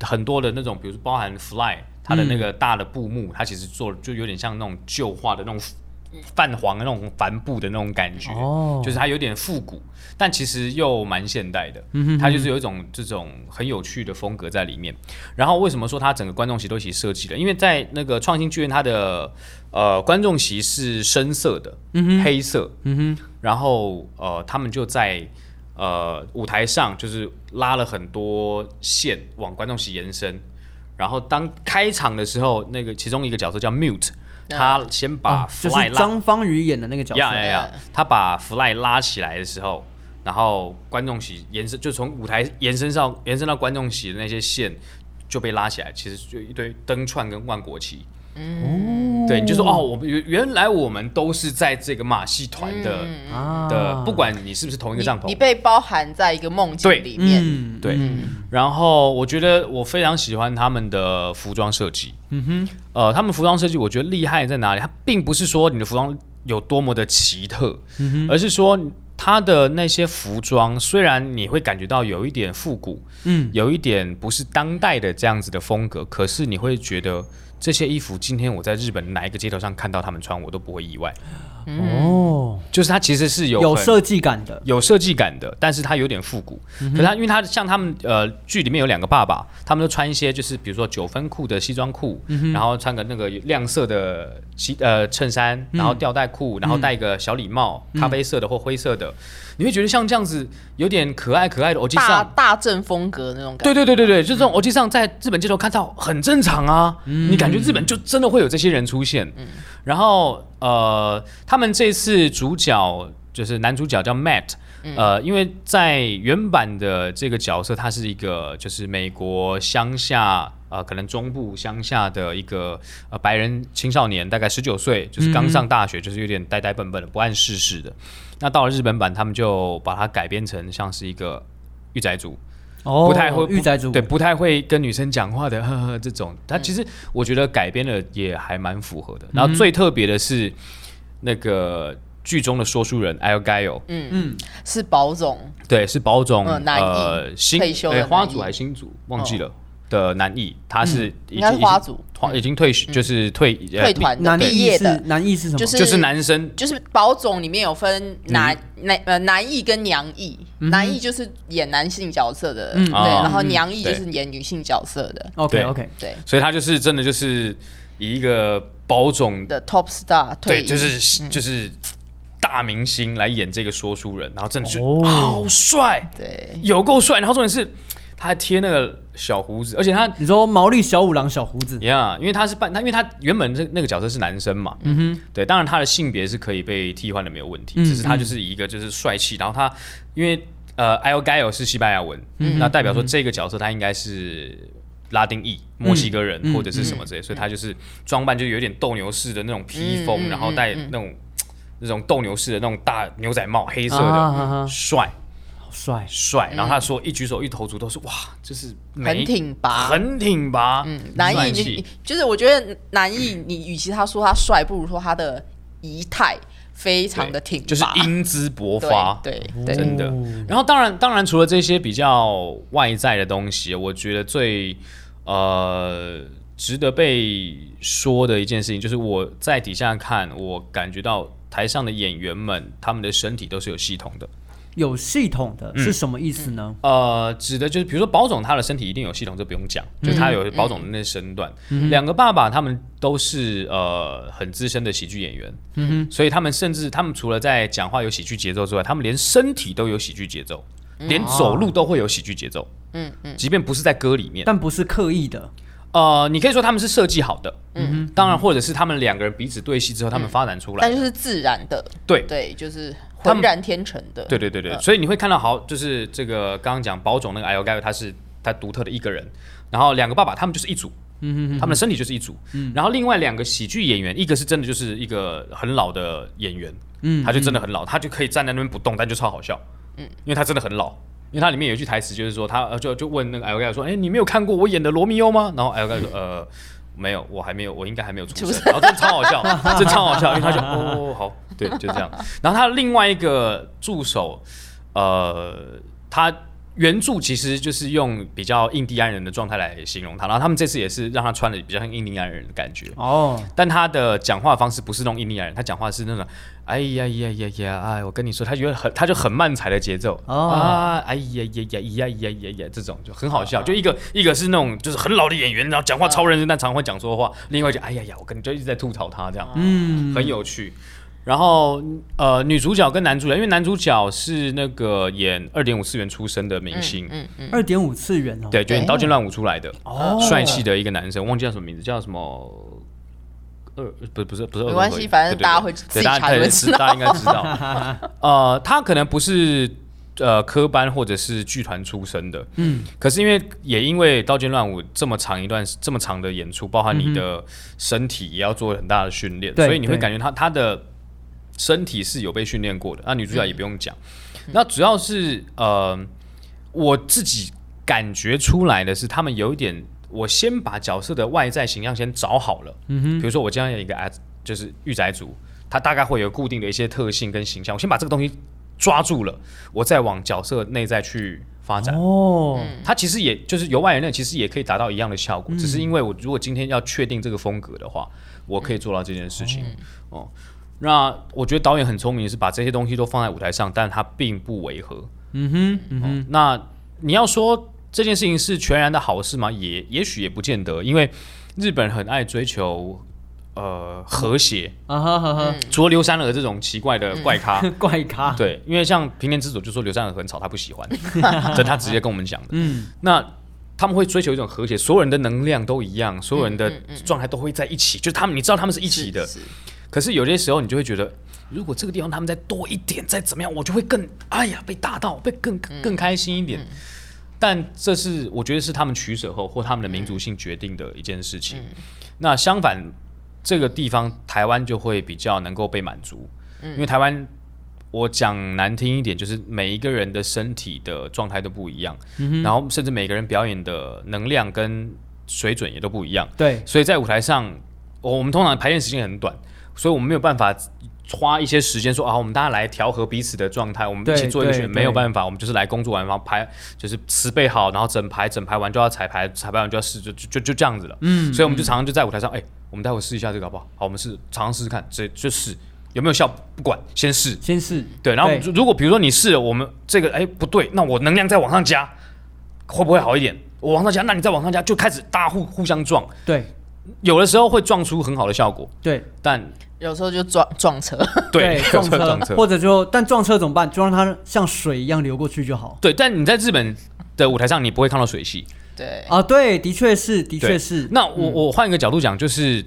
C: 很多的那种，比如说包含 fly。它的那
D: 嗯
C: 个大的布幕，它其实做就有点像那种旧化的那种泛黄的那种帆布的那种感觉，
D: 哦
C: 就是它有点复古，但其实又蛮现代的。
D: 嗯
C: 它就是有一种这种很有趣的风格在里面。然后为什么说它整个观众席都一起设计的？因为在那个创新剧院，它的呃观众席是深色的，
D: 嗯
C: 黑色，然后呃他们就在。呃，舞台上就是拉了很多线往观众席延伸，然后当开场的时候，那个其中一个角色叫 Mute，他先把
D: 哦就
C: Fly
D: 是
C: 拉
D: 张方宇演的那个角色
C: 啊呀呀呀！他把 fly 拉起来的时候，然后观众席延伸，就从舞台延伸上延伸到观众席的那些线就被拉起来，其实就一堆灯串跟万国旗。嗯，对，你就说哦，我们原原来我们都是在这个马戏团的、
D: 啊
C: 的，不管你是不是同一个帐篷，
E: 嗯你被包含在一个梦境
C: 对
E: 里面。
D: 嗯
C: 对，然后我觉得我非常喜欢他们的服装设计。嗯哼，呃，他们服装设计我觉得厉害在哪里？它并不是说你的服装有多么的奇特，
D: 嗯
C: 而是说它的那些服装虽然你会感觉到有一点复古，
D: 嗯，
C: 有一点不是当代的这样子的风格，可是你会觉得。这些衣服，今天我在日本哪一个街头上看到他们穿，我都不会意外。
D: 哦，
C: 就是它其实是有
D: 有
C: 很
D: 设计感的，
C: 有设计感的，但是它有点复古。可是它因为它像他们呃剧里面有两个爸爸，他们都穿一些就是比如说九分裤的西装裤，然后穿个那个亮色的西呃衬衫，然后吊带裤，然后戴个小礼帽，咖啡色的或灰色的，你会觉得像这样子有点可爱可爱的欧吉
E: 大
C: 桑。
E: 大正风格那种感觉。
C: 对对对对对，就这种欧吉桑在日本街头看到很正常啊，你感觉日本就真的会有这些人出现。然后呃，他们这次主角就是男主角叫 Matt，、呃，因为在原版的这个角色，他是一个就是美国乡下。呃，可能中部乡下的一个呃白人青少年，大概十九岁，就是刚上大学，就是有点呆呆笨笨的，不谙世事的。那到了日本版，他们就把它改编成像是一个御宅族，
D: 哦，
C: 不太会
D: 御宅族
C: 对，不太会跟女生讲话的，呵呵，这种
E: 嗯
C: 他其实我觉得改编的也还蛮符合的。然后最特别的是那个剧中的说书人 L g a l
E: 是宝总，
C: 对，是宝总
E: 嗯男
C: 呃
E: 艺
C: 新
E: 退休的
C: 对
E: 男
C: 花
E: 艺哦
C: 组还是新组忘记了的男艺，他是已
E: 嗯应该是
C: 经
E: 花组
C: 花已经退休就是退呃
E: 退团的
D: 男
E: 毕
D: 艺
E: 业
D: 是
E: 的，
D: 男艺是什么？
E: 就是
C: 就是男生
E: 就是宝总里面有分男男呃男艺跟娘艺，男艺就是演男性角色的，对，
C: 哦
E: 然后娘艺就
C: 对
E: 是演女性角色的，
D: OK
C: 对
D: OK，
E: 对
C: 所以他就是真的就是以一个包总
E: 的 top star
C: 对，
E: 退嗯役
C: 就是就是大明星来演这个说书人，然后真的是
D: 哦
C: 好帅，
E: 对
C: 有够帅。然后重点是他还贴那个小胡子，而且他
D: 你说毛利小五郎小胡子，
C: 呀因为他是扮他，因为他原本这那个角色是男生嘛，嗯哼，对，当然他的性别是可以被替换的，没有问题，只是他就是以一个就是帅气，然后他因为呃 i l g a l 是西班牙文，那代表说这个角色他应该是。拉丁裔、墨西哥人、或者是什么之类，所以他就是装扮就有点斗牛士的那种披风，然后戴那种、那种斗牛士的那种大牛仔帽，黑色的，
D: 啊啊啊
C: 帅、
D: 好帅，
C: 帅。然后他说一举手一投足都是哇，就是每
E: 很
C: 一
E: 挺拔。
C: 很挺拔，
E: 嗯男
C: 帅
E: 艺你
C: 气
E: 你就是我觉得男艺，你与其他说他帅，不如说他的仪态非常的挺拔，
C: 就是英姿勃
E: 对
C: 发，
E: 对对
C: 真的。然后当然，当然除了这些比较外在的东西，我觉得最呃值得被说的一件事情，就是我在底下看，我感觉到台上的演员们他们的身体都是有系统的。
D: 有系统的
C: 嗯
D: 是什么意思呢？
C: 呃，指的就是比如说保总他的身体一定有系统，这不用讲，就是他有保总的那身段。两个爸爸他们都是呃很资深的喜剧演员，所以他们甚至他们除了在讲话有喜剧节奏之外，他们连身体都有喜剧节奏，连走路都会有喜剧节奏。嗯嗯，即便不是在歌里面，
D: 但不是刻意的，
C: 呃，你可以说他们是设计好的。嗯哼，当然或者是他们两个人彼此对戏之后，他们发展出来
E: 但
C: 的。
E: 就是自然的，
C: 对
E: 对，就是
C: 他
E: 浑
C: 们
E: 然天成的，
C: 对对对对，
D: 嗯
C: 所以你会看到好，就是这个刚刚讲保总那个 L g a 他是他独特的一个人，然后两个爸爸他们就是一组，
D: 嗯哼
C: 他们的身体就是一组。然后另外两个喜剧演员，一个是真的就是一个很老的演员，
D: 嗯
C: 他就真的很老，他就可以站在那边不动，但就超好笑，因为他真的很老。因为他里面有一句台词，就是说他呃就就问那个艾维盖说：“哎、你没有看过我演的罗密欧吗？”然后艾维盖说：“呃，没有，我还没有，我应该还没有出生。”然后真的超好笑， 真的超好笑，因为他就哦好，对，就这样。然后他另外一个助手，呃，他原著其实就是用比较印第安人的状态来形容他，然后他们这次也是让他穿的比较像印第安人的感觉。
D: 哦，
C: 但他的讲话方式不是那种印第安人，他讲话是那种，哎呀呀呀呀，哎，我跟你说，他觉得很，他就很慢才的节奏、
D: 哦
C: 啊，哎呀呀呀呀呀呀呀，这种就很好
D: 哦
C: 笑，就一个一个是那种就是很老的演员，然后
D: 嗯
C: 讲话超认真，但常会讲错话，另外就哎呀呀，我跟你就一直在吐槽他这样，
D: 嗯，
C: 很有趣。然后呃，女主角跟男主角，因为男主角是那个演二点五次元出身的明星，
E: 嗯嗯，
D: 二点五次元哦，
C: 对，就演《刀剑乱舞》出来的，
D: 哦，
C: 帅气的一个男生，忘记叫什么名字，叫什么？二不不是不是，
E: 没关
C: 二
E: 系
C: 轮回
E: 反正
C: 对对对
E: 大家会自
C: 对
E: 己
C: 大
E: 查就
C: 家
E: 会
C: 知
E: 知
C: 大家应该知 道。呃，他可能不是呃科班或者是剧团出身的，
D: 嗯，
C: 可是因为也因为《刀剑乱舞》这么长一段这么长的演出，包含你的身体也要做很大的训练，
D: 对
C: 所以你会
D: 对
C: 感觉他他的身体是有被训练过的。那女主角也不用讲，那主要是呃，我自己感觉出来的是，他们有一点，我先把角色的外在形象先找好了。嗯哼，比如说我今天有一个啊，就是御宅族，他大概会有固定的一些特性跟形象，我先把这个东西抓住了，我再往角色内在去发展。
D: 哦，
C: 它其实也就是由外而内，其实也可以达到一样的效
D: 嗯
C: 果，只是因为我如果今天要确定这个风格的话，我可以做到这件事情。
D: 嗯
C: 哦，那我觉得导演很聪明，是把这些东西都放在舞台上，但它并不违和。
D: 嗯哼，嗯
C: 嗯，那你要说这件事情是全然的好事吗？也也许也不见得，因为日本很爱追求呃和谐，
D: 啊哈哈哈，
C: 除了刘三儿这种奇怪
D: 嗯
C: 的怪咖。
D: 怪咖，
C: 对，因为像平田之佐就说刘三儿很吵，他不喜欢，这他直接跟我们讲的。
D: 嗯，
C: 那他们会追求一种和谐，所有人的能量都一样，所有人的状态都会在一起，就是他们，你知道他们是一起的。
E: 是
C: 可是有些时候你就会觉得，如果这个地方他们再多一点，再怎么样，我就会更哎呀被打到，被更更开心一点。但这是我觉得是他们取舍后或他们的民族性决定的一件事情。那相反，这个地方台湾就会比较能够被满足，因为台湾我讲难听一点，就是每一个人的身体的状态都不一样，然后甚至每个人表演的能量跟水准也都不一样，
D: 对，
C: 所以在舞台上，我我们通常排练时间很短，所以我们没有办法花一些时间说啊，我们大家来调和彼此的状态，我们
D: 对
C: 一起做一个
D: 对
C: 选，
D: 对
C: 没有办法，我们就是来工作完，然后排就是词备好，然后整排整排完就要彩排，彩排完就要试，就就就就这样子了。嗯，所以我们就常常就在舞台上，哎、我们待会试一下这个好不好？好，我们试，尝尝试试看，这就试有没有效，不管，先试。
D: 先是，
C: 对，然后
D: 对
C: 如如果比如说你试了我们这个，哎不对，那我能量再往上加，会不会好一点？我往上加，那你再往上加，就开始大家互互相撞，
D: 对
C: 有的时候会撞出很好的效果，
D: 对
C: 但
E: 有时候就撞撞车，
C: 对
D: 撞车，
C: 撞车，
D: 或者就但撞车怎么办？就让它像水一样流过去就好。
C: 对，但你在日本的舞台上，你不会看到水戏，
E: 对，
D: 啊，对，的确是，的
C: 对
D: 确是。嗯
C: 那我、我换一个角度讲，就是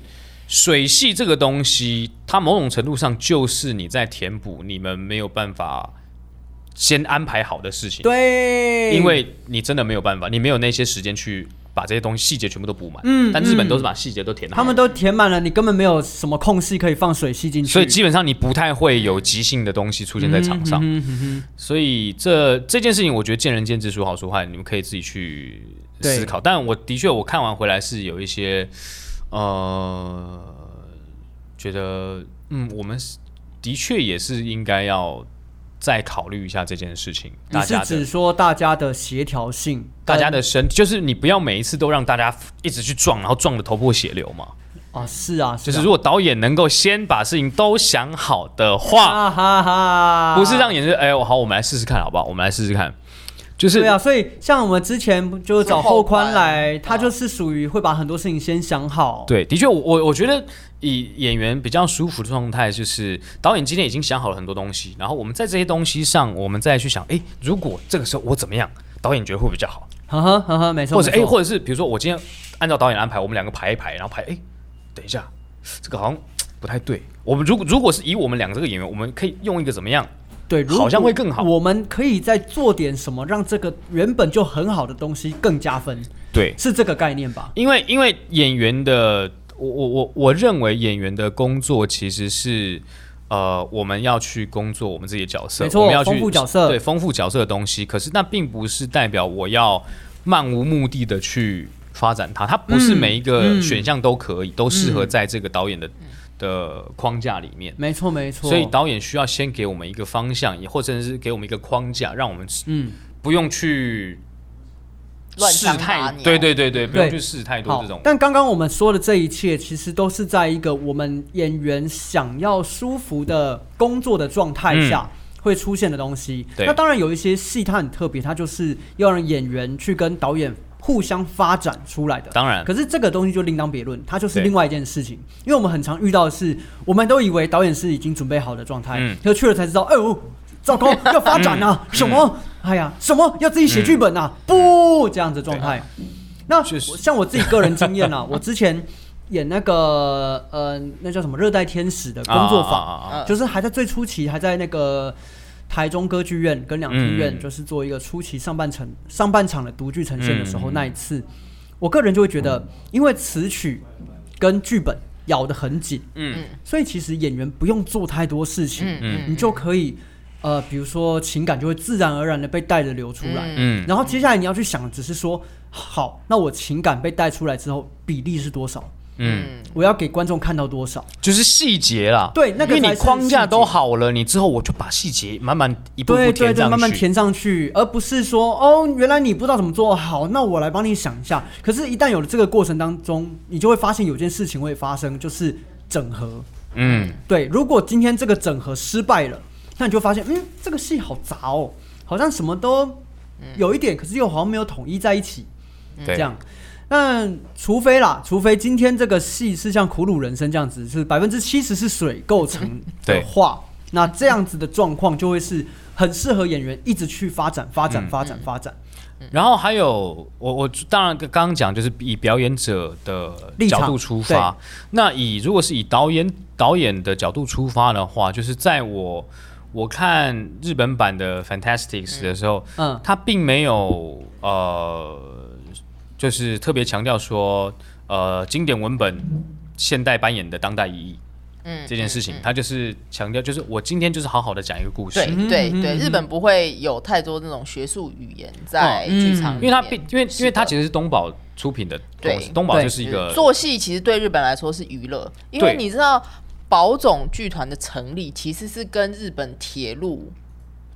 C: 水系这个东西，它某种程度上就是你在填补你们没有办法先安排好的事情，
D: 对，
C: 因为你真的没有办法，你没有那些时间去把这些东西细节全部都补满。嗯，但日本都是把细节都填好，
D: 他们都填满了，你根本没有什么空隙可以放水吸进去。
C: 所以基本上你不太会有即兴的东西出现在场
D: 嗯
C: 上。所以这这件事情，我觉得见仁见智，孰好孰坏，你们可以自己去思考。但我的确，我看完回来是有一些呃，觉得嗯，我们是的确也是应该要再考虑一下这件事情，
D: 你
C: 大
D: 是
C: 家的
D: 指说大家的协调性，
C: 大家的身，就是你不要每一次都让大家一直去撞，然后撞的头破血流嘛。
D: 啊，是啊，
C: 就是是
D: 啊
C: 如果导演能够先把事情都想好的话，
D: 啊哈哈，
C: 不是让演员哎，我好，我们来试试看，好不好？我们来试试看，就是
D: 对啊，所以像我们之前就是找后宽嗯来，
E: 是后宽
D: 他就是属于会把很多事情先想好。
C: 对，的确，我我我觉得以演员比较舒服的状态，就是导演今天已经想好了很多东西，然后我们在这些东西上，我们再去想，哎，如果这个时候我怎么样，导演觉得会比较好，
D: 呵呵呵呵，没错，
C: 或者
D: 没
C: 哎，
D: 错
C: 或者是比如说我今天按照导演的安排，我们两个排一排，然后排，哎，等一下，这个好像不太对，我们如果如果是以我们两个这个演员，我们可以用一个怎么样
D: 对，如
C: 好像
D: 果
C: 会更好
D: 我们可以再做点什么，让这个原本就很好的东西更加分，
C: 对，
D: 是这个概念吧？
C: 因为因为演员的，我我我我认为演员的工作其实是。呃，我们要去工作我们自己的角色，
D: 没错
C: 我们要去
D: 丰富角色
C: 对丰富角色的东西。可是那并不是代表我要漫无目的的去发展它，它不
D: 嗯
C: 是每一个选项都可以，都适合在这个导演的、的框架里面。
D: 没错，没错。
C: 所以导演需要先给我们一个方向，也或者是给我们一个框架，让我们
D: 嗯，
C: 不用去
E: 乱
C: 试
E: 枪打
C: 太
E: 鸟
C: 对对对对，不用
D: 对
C: 去试太多
D: 好
C: 这种。
D: 但刚刚我们说的这一切，其实都是在一个我们演员想要舒服的工作的状态下。会出现的东西，
C: 嗯对
D: 那当然有一些戏它很特别，它就是要让演员去跟导演互相发展出来的。
C: 当然
D: 可是这个东西就另当别论，它就是
C: 对
D: 另外一件事情。因为我们很常遇到的是，我们都以为导演是已经准备好的状态，
C: 嗯
D: 可去了才知道，哎呦，糟 糕，要发展啊，什么？哎呀，什么要自己写剧本啊？
C: 嗯
D: 不，这样子的状态。那
C: 确实
D: 我像我自己个人经 验啊，我之前演那个呃，那叫什么《热带天使》的工作坊，
C: 啊啊啊
E: 啊
D: 就是还在最初期，还在那个台中歌剧院跟两厅院，
C: 嗯
D: 就是做一个初期上半程上半场的独剧呈现的时候，
C: 嗯
D: 那一次，我个人就会觉得，因为词曲跟剧本咬得很紧，
C: 嗯
D: 所以其实演员不用做太多事情，
E: 嗯嗯
D: 你就可以。呃，比如说情感就会自然而然的被带着流出来，
C: 嗯，
D: 然后接下来你要去想，只是说，好，那我情感被带出来之后，比例是多少？
C: 嗯，
D: 我要给观众看到多少？
C: 就是细节啦。
D: 对那个
C: 因为
D: 才
C: 你
D: 是
C: 框架
D: 细节
C: 都好了，你之后我就把细节慢慢一步
D: 对
C: 步
D: 对
C: 填
D: 对，
C: 上去。
D: 慢慢填上去，而不是说哦，原来你不知道怎么做，好，那我来帮你想一下。可是，一旦有了这个过程当中，你就会发现有件事情会发生，就是整合。
C: 嗯，
D: 对，如果今天这个整合失败了，那你就发现，嗯，这个戏好杂哦，好像什么都
C: 嗯
D: 有一点，可是又好像没有统一在一起。
C: 对，
D: 这样。那除非啦，除非今天这个戏是像《苦鲁人生》这样子，是百分之七十是水构成的
C: 对
D: 话，那这样子的状况就会是很适合演员一直去发展、发
E: 嗯
D: 展、发展、发展。
C: 然后还有，我我当然刚刚讲就是以表演者的
D: 立场
C: 角度出发。那以如果是以导演导演的角度出发的话，就是在我我看日本版的《Fantastics》的时候，
D: 嗯
C: 他并没有呃，就是特别强调说呃经典文本现代扮演的当代意义
E: 嗯
C: 这件事情，他就是强调就是我今天就是好好的讲一个故事。
E: 对
C: 嗯
E: 对对，日本不会有太多那种学术语言在剧场
C: 哦
E: 里面，
C: 嗯因为它并因为因为它
E: 是的
C: 其实是东宝出品的东西，
E: 对
C: 东宝
D: 对
C: 就是一个
E: 做戏其实对日本来说是娱乐，因为
C: 对
E: 你知道宝总剧团的成立其实是跟日本铁路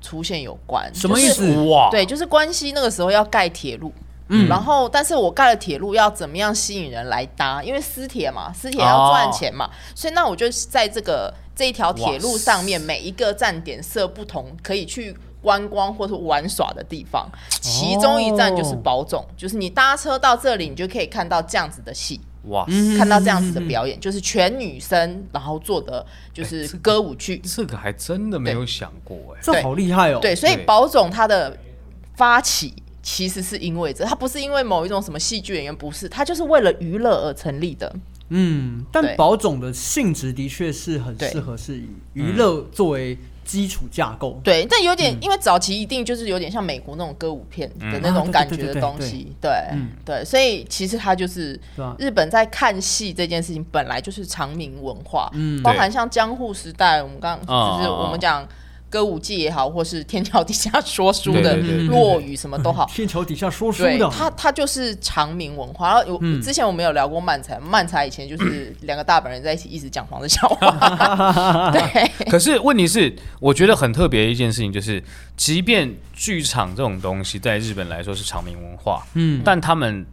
E: 出现有关，
D: 什么意
E: 就是
D: 思
C: 哇，
E: 对，就是关西那个时候要盖铁路。嗯，然后但是我盖了铁路要怎么样吸引人来搭？因为私铁嘛，私铁要赚钱嘛，所以那我就在这个这一条铁路上面每一个站点设不同可以去观光或是玩耍的地方，其中一站就是宝总，就是你搭车到这里，你就可以看到这样子的戏。
C: 哇，
E: 看到这样子的表演，就是全女生，然后做的就是歌舞剧。
C: 这个还真的没有想过哎、
D: 这好厉害哦！
E: 对，所以
C: 对
E: 宝总他的发起其实是因为这，他不是因为某一种什么戏剧演员，不是，他就是为了娱乐而成立的。
D: 嗯，但
E: 对
D: 宝总的性质的确是很
E: 对嗯
D: 适合是以娱乐作为基础架构。
E: 对，但有点、因为早期一定就是有点像美国那种歌舞片的那种
D: 啊
E: 感
D: 对对对
E: 觉的东西，对
D: 嗯
E: 对，所以其实他就是
D: 对啊
E: 日本在看戏这件事情本来就是长明文化，
D: 嗯
E: 包含像江户时代，我们刚
C: 啊
E: 就是我们讲歌舞伎也好，或是天桥底下说书
C: 对
E: 的
C: 对对对
E: 落语什么都好，
D: 天桥底下说书
E: 对
D: 的，哦
E: 它它就是长明文化。然后有、
D: 嗯
E: 之前我们有聊过漫才，漫才以前就是两个大本人在一起一 直讲黄色笑
D: 嗯
E: 话，对，
C: 可是问题是，我觉得很特别的一件事情就是，即便剧场这种东西在日本来说是长明文化，
D: 嗯，
C: 但他们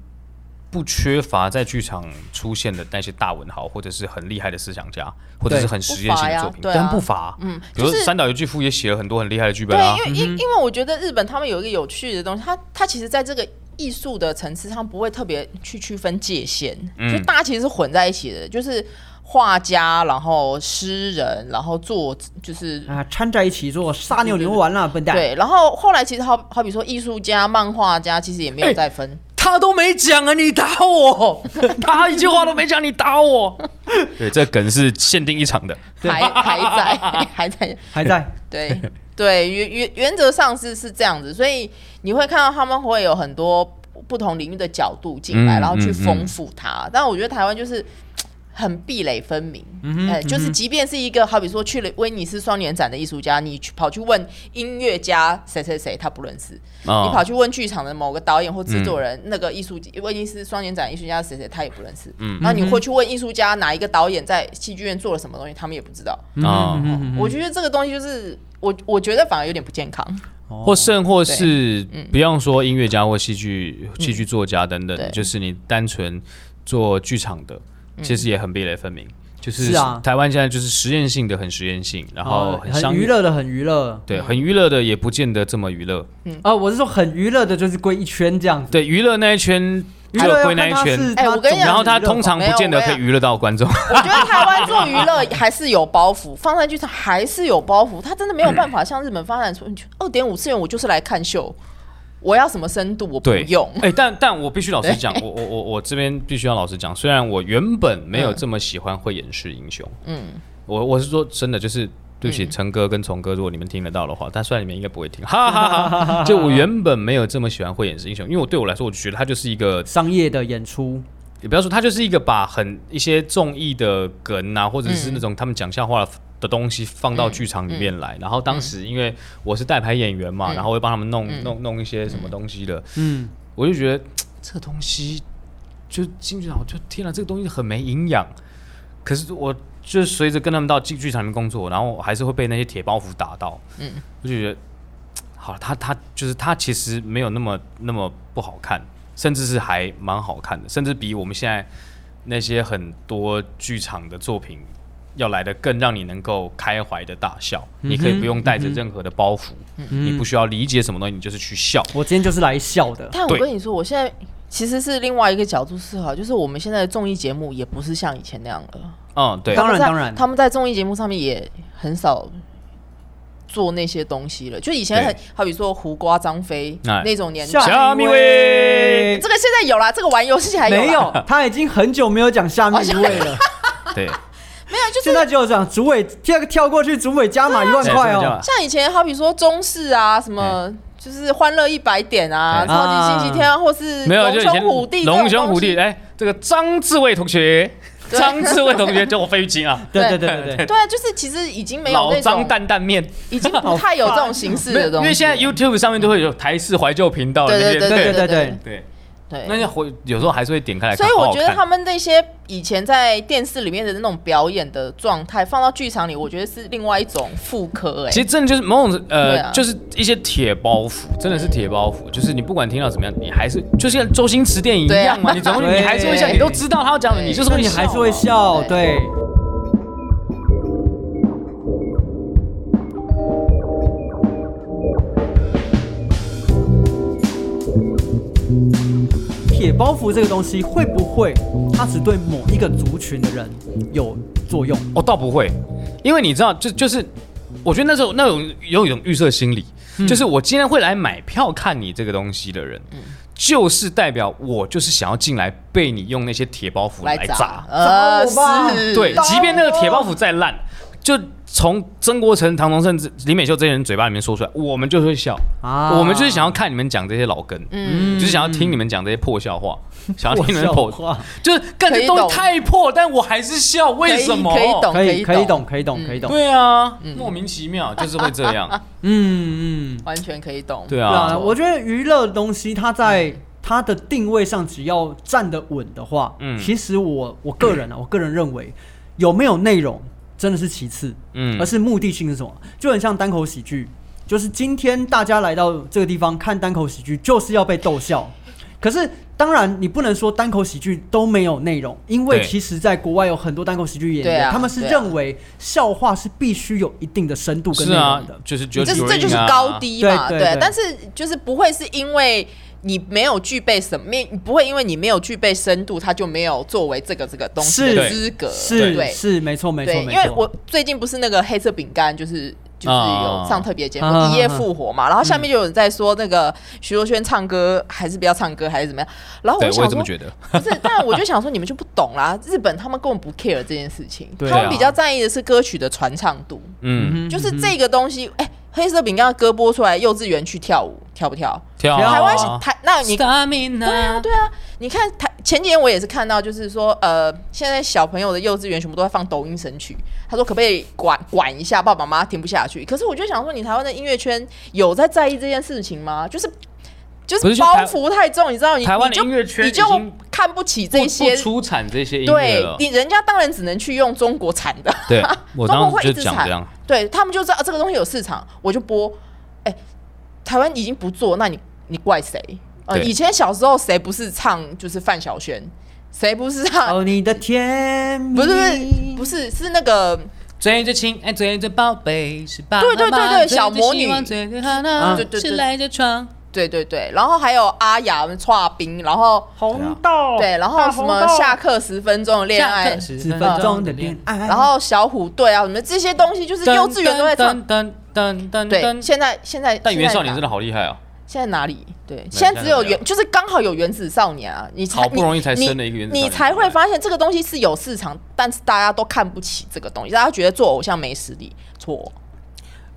C: 不缺乏在剧场出现的那些大文豪，或者是很厉害的思想家，或者是很实验性的作品，
E: 不乏呀对啊
C: 但不乏。
E: 嗯
C: 比如
E: 就
C: 说
E: 是
C: 三岛由纪夫也写了很多很厉害的剧本啊
E: 对，，因为因、因为我觉得日本他们有一个有趣的东西，它它其实在这个艺术的层次上不会特别去区分界限，
C: 嗯
E: 就大家其实是混在一起的，就是画家，然后诗人，然后作就是
D: 啊，掺在一起做撒尿牛丸啦，笨蛋！
E: 对，然后后来其实好好比说艺术家、漫画家，其实也没有
C: 哎
E: 再分。
C: 他都没讲啊，你打 我，他一句话都没讲，你打我。 对，这梗是限定一场的。
E: 还还在还在，
D: 还 在，
E: 对对，原原原则上是是这样子，所以你会看到他们会有很多不同领域的角度进来，
C: 嗯
E: 然后去
C: 嗯
E: 丰富它。但我觉得台湾就是。很壁垒分明，
C: 嗯
E: 哎、就是即便是一个好比说去了威尼斯双年展的艺术家，你去跑去问音乐家谁谁谁，他不认识；
C: 哦嗯
E: 你跑去问剧场的某个导演或制作人，那个艺术威尼斯双年展艺术家谁谁，他也不认识。嗯，然后你会去问艺术家哪一个导演在戏剧院做了什么东西，他们也不知道。
D: 嗯
C: 啊、
E: 我觉得这个东西就是我，我觉得反而有点不健康。
D: 嗯
C: 或甚或是不用说音乐家或戏剧戏剧作家等
E: 对
C: 等，就是你单纯做剧场的，其实也很壁垒分明。就是
D: 是啊
C: 台湾现在就是实验性的很实验性，然
E: 哦
C: 后很
D: 哦很
C: 商
D: 娱
C: 业，
D: 乐的，很娱乐。
C: 对，很娱乐的也不见得这么娱乐。
E: 嗯
D: 啊，我是说很娱乐的，就是归一圈这样子。
C: 对，娱乐那一圈
D: 娱
C: 就
D: 乐
C: 归那一圈，
E: 哎我跟你讲
C: 然后他通常不见得可以娱乐到观众。
E: 我觉得台湾做娱乐还是有包袱，放在剧场还是有包袱，它真的没有办法像日本发展出二点五次元，我就是来看秀，我要什么深度我不
C: 对，
E: 用。
C: 哎、但但我必须老实讲，我我我我这边必须要老实讲，虽然我原本没有这么喜欢慧眼识英雄，嗯，我我是说真的，就是对不起，陈哥跟崇哥，如果你们听得到的话，但虽然你们应该不会听，哈哈哈哈哈。就我原本没有这么喜欢慧眼识英雄，因为我对我来说，我就觉得他就是一个，
D: 商业的演出，
C: 也不要说他就是一个把很一些综艺的梗啊，或者是那种他们讲笑话的。的东西放到剧场里面来，然后当时因为我是代排演员嘛，然后会帮他们弄、弄弄一些什么东西的，
D: 嗯，
C: 我就觉得这东西就进剧场，我就天啊哪，这个东西很没营养。可是我就随着跟他们到进剧场里面工作，然后我还是会被那些铁包袱打到。嗯，我就觉得好，他他就是他其实没有那么那么不好看，甚至是还蛮好看的，甚至比我们现在那些很多剧场的作品要来的更让你能够开怀的大笑。你
E: 嗯
C: 可以不用带着任何的包袱，你不需要理解什么东西，你就是去笑。
D: 我今天就是来笑的。
E: 但我
C: 对
E: 跟你说，我现在其实是另外一个角度思考，就是我们现在的综艺节目也不是像以前那样了。
C: 嗯，对。
D: 当然
E: 他们在
D: 当然
E: 他们在综艺节目上面也很少做那些东西了。就以前很
C: 对
E: 好比说胡瓜、张飞
C: 哎
E: 那种年代，
D: 下
C: 下面位
E: 这个现在有啊啦，这个玩游戏还
D: 没
E: 啦哦
D: 有，他已经很久没有讲下面一位了，
C: 对，
D: 现在只有讲主委第二个跳过去，主委加
E: 啊
D: 码一万块
C: 对这样
D: 哦
C: 吧。
E: 像以前好比说中式啊，什
C: 哎
E: 么就是欢乐一百点啊，
C: 对
E: 超级星期天啊，或是
C: 哎没有就
E: 龙
C: 以前
E: 兄虎弟这种东
C: 龙
E: 西，
C: 兄虎弟，哎，这个张志伟同学，
E: 对
C: 张志伟同学叫我费玉清啊，
D: 对对
E: 对
D: 对对对，
E: 对啊，就是其实已经 没有
C: 老
E: 那
C: 张
E: 种，
C: 担担面，
E: 已经不太有这种形式
C: 没有
E: 的
C: 因
E: 东西。
C: 为现在 YouTube 上面都会有台式怀旧频道的
E: 对
C: 那些，
E: 对对
D: 对
E: 对对
D: 对
E: 对
C: 对，
E: 对，
C: 那些回有时候还是会点开来
E: 所
C: 看，
E: 以我
C: 好
E: 觉得
C: 好看
E: 他们那些以前在电视里面的那种表演的状态，放到剧场里，我觉得是另外一种复刻、
C: 其
E: 哎，
C: 实真的就是某种
E: 对
C: 呃，
E: 啊
C: 就是一些铁包袱，真的是铁包袱。就是你不管听到怎么样，你还是就像周星驰电影一样嘛，
E: 对啊
C: 你总
D: 对
C: 你还是会笑，你都知道他要讲的，
E: 对
C: 你就是
D: 所
C: 会
D: 以你
C: 笑
D: 还是会笑，对。铁包袱这个东西会不会，它只对某一个族群的人有作用？
C: 哦，倒不会，因为你知道，就就是，我觉得那时候那种有一种预设心理，
E: 嗯
C: 就是我今天会来买票看你这个东西的人，就是代表我就是想要进来被你用那些铁包袱来
E: 砸
C: 砸，，
E: 呃，
D: 砸我吧
E: 是，
C: 对，即便那个铁包袱再烂，就从曾国成、唐崇盛、李美秀这些人嘴巴里面说出来，我们就是会笑，
D: 啊
C: 我们就是想要看你们讲这些老根，
E: 嗯
C: 就是想要听你们讲这些破笑 话，想要
D: 啊我
C: 听你们
D: 笑
C: 破，
D: 话，
C: 就是干
E: 可
C: 这
E: 以
C: 东
E: 懂
C: 西太破，但我还是笑，为什么？
E: 可以懂，
D: 可以可以
E: 懂，嗯
D: 懂，可以懂，可以懂。
C: 对啊，莫名其妙就是会这 样。
D: 嗯嗯，
E: 完全可以懂，
C: 对
D: 对
C: 啊
E: 嗯
D: 啊，，我觉得娱乐的东西，它在它的定位上只要站得稳的话，
C: 嗯
D: 其实我我个人啊，我个人认为有没有内容真的是其次，
C: 嗯
D: 而是目的性是什么？就很像单口喜剧，就是今天大家来到这个地方看单口喜剧，就是要被逗笑。可是，当然你不能说单口喜剧都没有内容，因为
C: 对
D: 其实在国外有很多单口喜剧演
E: 对
D: 员，
E: 啊
D: 他们是
E: 对啊
D: 认为笑话是必须有一定的深度跟
C: 是
D: 内
C: 啊
D: 容的。，
C: 就是
E: 这
C: 就是
E: 这
C: 啊
E: 就是高，低嘛，
D: 对
E: 对
D: 对对
E: 但是就是不会是因为。你没有具备什么，没不会因为你没有具备深度，他就没有作为这个这个东西
D: 是
E: 的
C: 对
E: 资格，
D: 是
E: 对
D: 是，没错没错
E: 对，
D: 没错。
E: 因为我最近不是那个黑色饼干，就是就是
C: 啊
E: 有上特别节目
D: 啊
E: 《一夜复活》嘛，然后下面就有人在说那个徐若瑄唱歌还是不要唱歌还是怎么样，然后
C: 对，
E: 就
C: 我也
E: 想
C: 这么
E: 说，
C: 觉得。
E: 不 是，但我就想说你们就不懂啦，日本他们根本不 care 这件事情，
D: 对
E: 他
C: 啊
E: 们比较在意的是歌曲的传唱度，
C: 嗯，
E: 就是这个东西，哎、黑色饼干的歌播出来，幼稚园去跳舞跳不跳？
C: 跳
E: 台湾
C: 啊
E: 台，那你
C: 对啊，
E: 对啊，你看台前几天我也是看到，就是说，呃，现在小朋友的幼稚园全部都在放抖音神曲，他说可不可以管管一下，爸爸妈妈听不下去。可是我就想说，你台湾的音乐圈有在在意这件事情吗？ 就是就
C: 不是
E: 是
C: 就
E: 包
C: 台
E: 袱太重，你知道你
C: 台湾的
E: 你就
C: 音乐圈
E: 你
C: 已
E: 就
C: 经
E: 看不起
C: 不
E: 这些
C: 不。出产这些音乐
E: 对
C: 了。
E: 你，人家当然只能去用中国产的，
C: 对，我
E: 中国
C: 当
E: 会
C: 时
E: 一
C: 就
E: 直
C: 讲
E: 产
C: 这样，
E: 对他们就知道、啊、这个东西有市场，我就播。哎、台湾已经不做，那你你怪谁？呃，
C: 对
E: 以前小时候谁不是唱就是范晓萱，谁不是唱？
D: 哦，你的甜蜜，
E: 不是不是不是是那个
C: 最最亲爱，最最宝贝是爸爸
E: 对对对
C: 妈妈
E: 对
C: 最
E: 小
C: 最
E: 魔
C: 希
E: 女嗯
C: 望最最好的
E: 对对
C: 是
E: 对
C: 赖着床，
E: 对对对，然后还有阿雅蔡冰，然后
C: 哦啊
D: 红豆，
E: 对，然后
D: 大
E: 什
D: 红
E: 么
D: 豆
E: 下课十分钟的恋
C: 下
E: 爱
C: 课，十
D: 十分钟的恋爱，
E: 然后小虎队啊什么这些东西，就是幼稚园都在唱。。
C: 噔噔噔噔
E: 对，
C: 噔。
E: 现在现在
C: 但袁少年
E: 现在哪
C: 真的好厉害哦，
E: 现在哪里？对，现在只有
C: 现在没有
E: 原，就是刚好有原子少年啊，你才
C: 啊好不容易才
E: 你
C: 生了一个原子少
E: 你
C: 年
E: 你才会发现这个东西是有市场，但是大家都看不起这个东西，大家觉得做偶像没实力，错。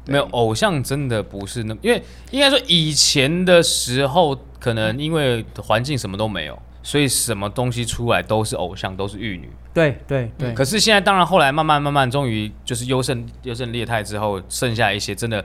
C: 没有偶像真的不是那么，因为应该说以前的时候，可能因为环境什么都没有，所以什么东西出来都是偶像，都是玉女。
D: 对对对，
C: 可是现在，当然后来慢慢慢慢，终于就是优胜优胜劣汰之后，剩下一些真的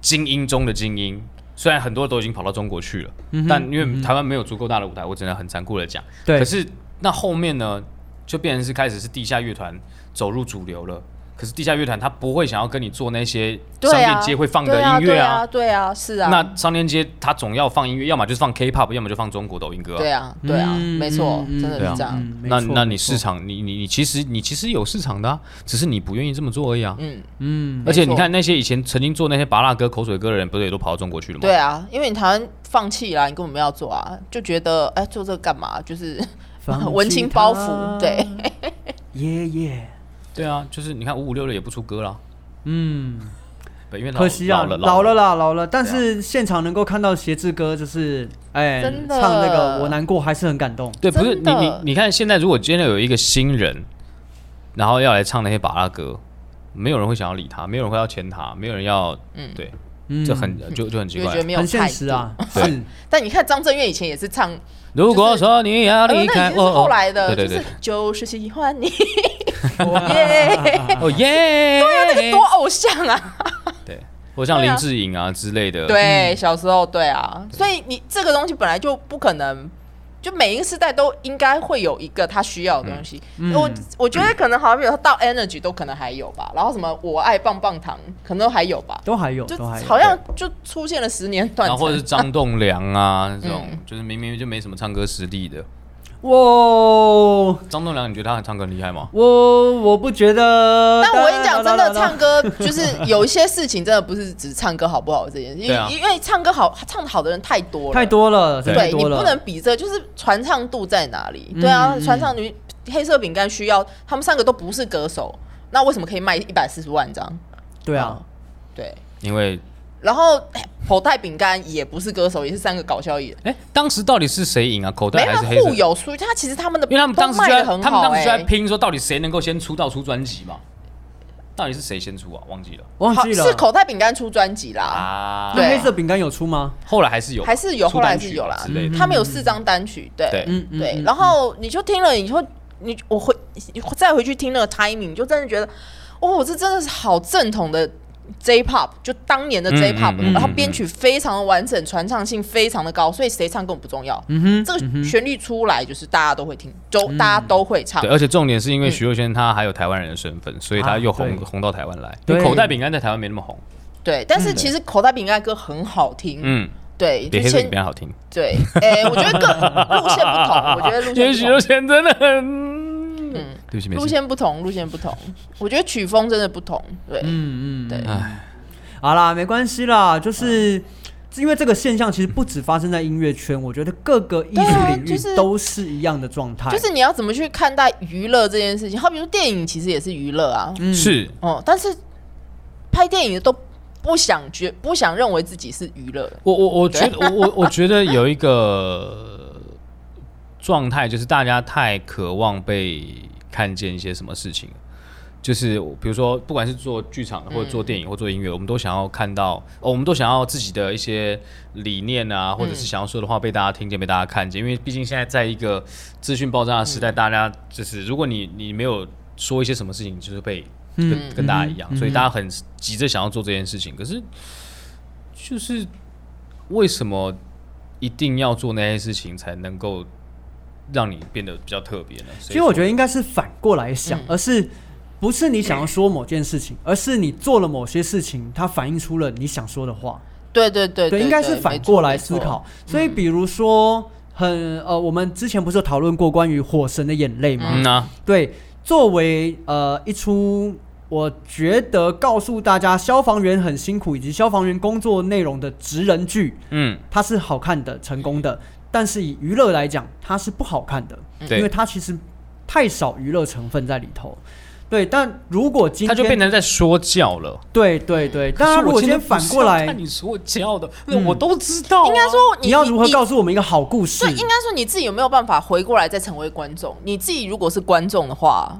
C: 精英中的精英。虽然很多都已经跑到中国去了，
E: 嗯
C: 但因为台湾没有足够大的舞台，我只能很残酷的讲。
D: 对
C: 可是那后面呢，就变成是开始是地下乐团走入主流了。可是地下乐团他不会想要跟你做那些商
E: 对
C: 店
E: 啊，
C: 街会放的
E: 对啊
C: 音乐
E: 对啊，对啊，是啊，
C: 那商店街他总要放音乐，要么就是放 K-pop，要么就放中国抖音歌、
E: 对啊，对啊，
D: 嗯
E: 没错，
D: 嗯
E: 真的
C: 对啊
E: 是这样。
D: 嗯没
C: 那
D: 错
C: 那
D: 没
C: 你
D: 错
C: 市场，你你你其实你其实有市场的、啊，只是你不愿意这么做而已啊。
E: 嗯，
D: 嗯，
C: 而且你
E: 没错
C: 看那些以前曾经做那些拔辣歌、口水歌的人，不是也都跑到中国去了吗？
E: 对啊，因为你台湾放弃啦，你根本没有做啊，就觉得哎，做这个干嘛？就是 文青包袱，对，
D: 耶耶，
C: 对啊，就是你看五五六六也不出歌了，啊
D: 嗯，
C: 对，因为老
D: 可惜啊，
C: 老了
D: 老了
C: 了，啊
D: 啦，老了。但是现场能够看到鞋志哥，就是哎，
E: 真的
D: 唱那个我难过，还是很感动。
C: 对，不是
E: 真
C: 你
E: 的
C: 你你看现在如果今天有一个新人，然后要来唱那些拔辣歌，没有人会想要理他，没有人会要签他，没有人要，
E: 嗯
C: 对，
D: 嗯，
C: 这很就就很奇
E: 就
C: 怪
E: 觉得。没有
D: 很现
E: 态
D: 实
E: 度
D: 啊。，
C: 对
D: 是
E: 但你看张震岳以前也是唱，
C: 如果说你要
E: 呃那
C: 离
E: 已经
C: 开
E: 是
C: 我，
E: 后来的，
C: 对
E: 就
C: 对
E: 是
C: 对，
E: 就是喜欢你， 耶，
C: 哦耶，对
E: 多偶像啊！
C: 对，或像
E: 对啊
C: 林志颖啊之类的，
E: 对，小时候对啊，所以你这个东西本来就不可能，就每一个时代都应该会有一个他需要的东西。我我觉得可能好像比如说到 energy 都可能还有吧，然后什么我爱棒棒糖可能都还有吧，
D: 都还有，
E: 就
D: 都还有。
E: 好像就出现了十年断
C: 然后
E: 层。
C: 或者是张栋梁 啊这
E: 嗯
C: 种，就是明明就没什么唱歌实力的。
D: 我
C: 张栋梁，你觉得他唱歌很厉害吗？
D: 我我不觉得。
E: 但我跟你讲，真的唱
D: 歌，
E: 歌就是有一些事情，真的不是只唱歌好不好这件事，因
C: 对啊
E: 为因为唱歌好唱的好的人太多了，
D: 太多了，真的太
E: 对你
D: 多了。
E: 不能比这，就是传唱度在哪里？
C: 嗯
E: 对啊，传唱率，黑色饼干需要他们三个都不是歌手，那为什么可以卖一百四十万张？
D: 对啊，
E: 对，
C: 因为
E: 然后哎口袋饼干也不是歌手，也是三个搞笑艺人，
C: 哎，当时到底是谁赢啊？口
E: 没
C: 袋还是黑
E: 有
C: 色
E: 互？有输，他其实他们的
C: 因为他们当时
E: 都
C: 就
E: 卖
C: 在，
E: 的很
C: 他们
E: 好
C: 当时就在
E: 哎。
C: 拼说，到底谁能够先出道出专辑嘛？到底是谁先出啊？忘记了
D: 忘
E: 好
D: 记了
E: 是。口袋饼干出专辑啦，
C: 啊。
D: 那
E: 对
D: 黑色饼干有出吗？
C: 后来还是有，
E: 还是有
C: 出
E: 后来
C: 单
E: 还
C: 曲
E: 是有啦嗯
C: 之类的。
E: 他们有四张单曲，对
C: 对，
D: 嗯，嗯
E: 对
D: 嗯，
E: 然后你就听了以后，你我回你再回去听那个 timing，你就真的觉得，哦，这真的是好正统的 J-pop，就当年的
C: 嗯
E: J-pop，、
C: 嗯嗯
E: 然后
C: 嗯
E: 编曲非常的完整，传唱性非常的高，所以谁唱根本不重要，
C: 嗯
D: 哼
E: 这个旋律出来就是大家都会听，都、大家都会唱
C: 对，。而呃且重点是因
E: 嗯
C: 为徐若瑄她还有台湾人的身份，所以她
D: 啊
C: 又红
D: 对
C: 红到台湾来。因
D: 对
C: 为口袋饼干在台湾没那么红，
E: 对，但是其实口袋饼干歌很好听，
C: 嗯，
E: 对，
C: 比
E: 之
C: 黑色饼
E: 前
C: 干好听。
E: 对，哎、我觉得各路线不同，我觉 得 路
C: 因
E: 线
C: 为许
E: 不同
C: 若。瑄真的很，
E: 嗯
C: 对不起，没
E: 路
C: 事。
E: 线不同，路线不同，我觉得曲风真的不同，对，
D: 嗯嗯，
E: 对
C: 唉，
D: 好啦，没关系啦，就是。因为这个现象其实不止发生在音乐圈，我觉得各个艺术领
E: 对啊就
D: 域
E: 是
D: 都是一样的状态。
E: 就是你要怎么去看待娱乐这件事情？好比如电影其实也是娱乐啊，
D: 嗯
C: 是
E: 哦，但是拍电影的都不想觉不想认为自己是娱乐，
C: 我我我觉得我我我觉得有一个状态，就是大家太渴望被看见一些什么事情，就是比如说，不管是做剧场或者
D: 嗯
C: 做电影或做音乐，我们都想要看到、哦，我们都想要自己的一些理念啊，或者
D: 嗯
C: 是想要说的话被大家听见、被大家看见，因为毕竟现在在一个资讯爆炸的
D: 嗯
C: 时代，大家就是如果你你没有说一些什么事情，就是被
D: 嗯
C: 跟跟大家一样，所以大家很急着想要做这件事情。可是，就是为什么一定要做那些事情才能够让你变得比较特别呢？
D: 其实我觉得应该是反过来想，而是不是你想要说某件事情，而是你做了某些事情，它反映出了你想说的话。
E: 对对对
D: 对，应该是反过来思考。所以，比如说，很呃，我们之前不是有讨论过关于《火神的眼泪》吗？
C: 嗯啊，
D: 对，作为呃一出，我觉得告诉大家消防员很辛苦以及消防员工作内容的职人剧，
C: 嗯，
D: 它是好看的、成功的，但是以娱乐来讲，它是不好看的，
E: 嗯
C: 对
D: 因为它其实太少娱乐成分在里头。对，但如果今
C: 他
D: 天
C: 就变成在说教了。
D: 对对对，
C: 可
D: 当然
C: 是
D: 如
C: 我
D: 果
C: 今
D: 今
C: 天
D: 天
C: 不
D: 反
C: 是
D: 过
C: 要
D: 来
C: 看，你所教的，那我都知道啊。
E: 应该说
D: 你要如何
E: 你
D: 告诉我们一个好故事？
E: 所以应该说你自己有没有办法回过来再成为观众？你自己如果是观众的话，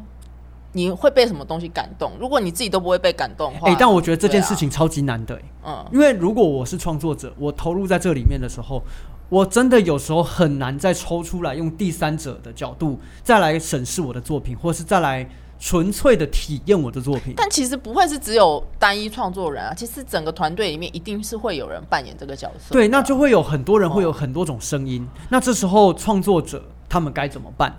E: 你会被什么东西感动？如果你自己都不会被感动的话，
D: 哎、但我觉得这件
E: 对啊
D: 事，情超级难的、哎
E: 嗯，
D: 因为如果我是创作者，我投入在这里面的时候，我真的有时候很难再抽出来，用第三者的角度再来审视我的作品，或是再来纯粹的体验我的作品。
E: 但其实不会是只有单一创作人啊，其实整个团队里面一定是会有人扮演这个角色。
D: 对，那就会有很多人
C: 哦
D: 会有很多种声音。那这时候创作者他们该怎么办？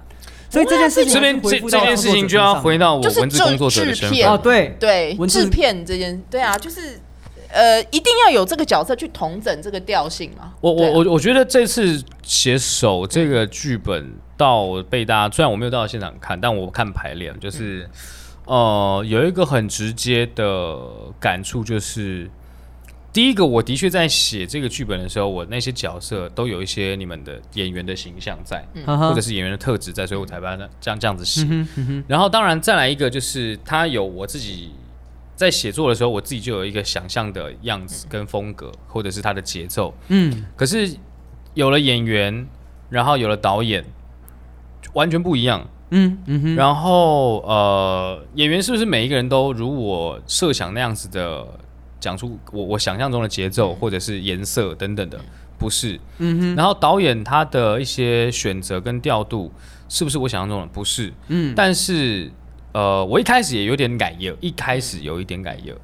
D: 所以这件事情
C: 这边
D: 还是
C: 这
D: 回复
C: 这
D: 到
C: 件事情就要回到我
E: 就是
C: 文字工作者的
E: 制
C: 身
E: 片
C: 份
D: 哦，对，
E: 对
D: 文字
E: 制片这件，对啊，就是呃，一定要有这个角色去统整这个调性嘛。
C: 我
E: 对啊
C: 我我我觉得这次写手这个剧本到被大家，虽然我没有到现场看，但我看排练就是，
D: 嗯
C: 呃，有一个很直接的感触就是，第一个我的确在写这个剧本的时候，我那些角色都有一些你们的演员的形象在，
D: 哈哈
C: 或者是演员的特质在，所以我才把它这样这样子写。
D: 嗯嗯哼嗯哼
C: 然后当然再来一个就是他有我自己在写作的时候，我自己就有一个想象的样子跟风格，或者是他的节奏。
D: 嗯，
C: 可是有了演员，然后有了导演，完全不一样。
D: 嗯嗯哼，
C: 然后呃，演员是不是每一个人都如我设想那样子的讲出我我想象中的节奏或者是颜色等等的？不是。
D: 嗯哼，
C: 然后导演他的一些选择跟调度是不是我想象中的？不是。
D: 嗯，
C: 但是呃，我一开始也有点改业，一开始有一点改
D: 嗯
C: 业。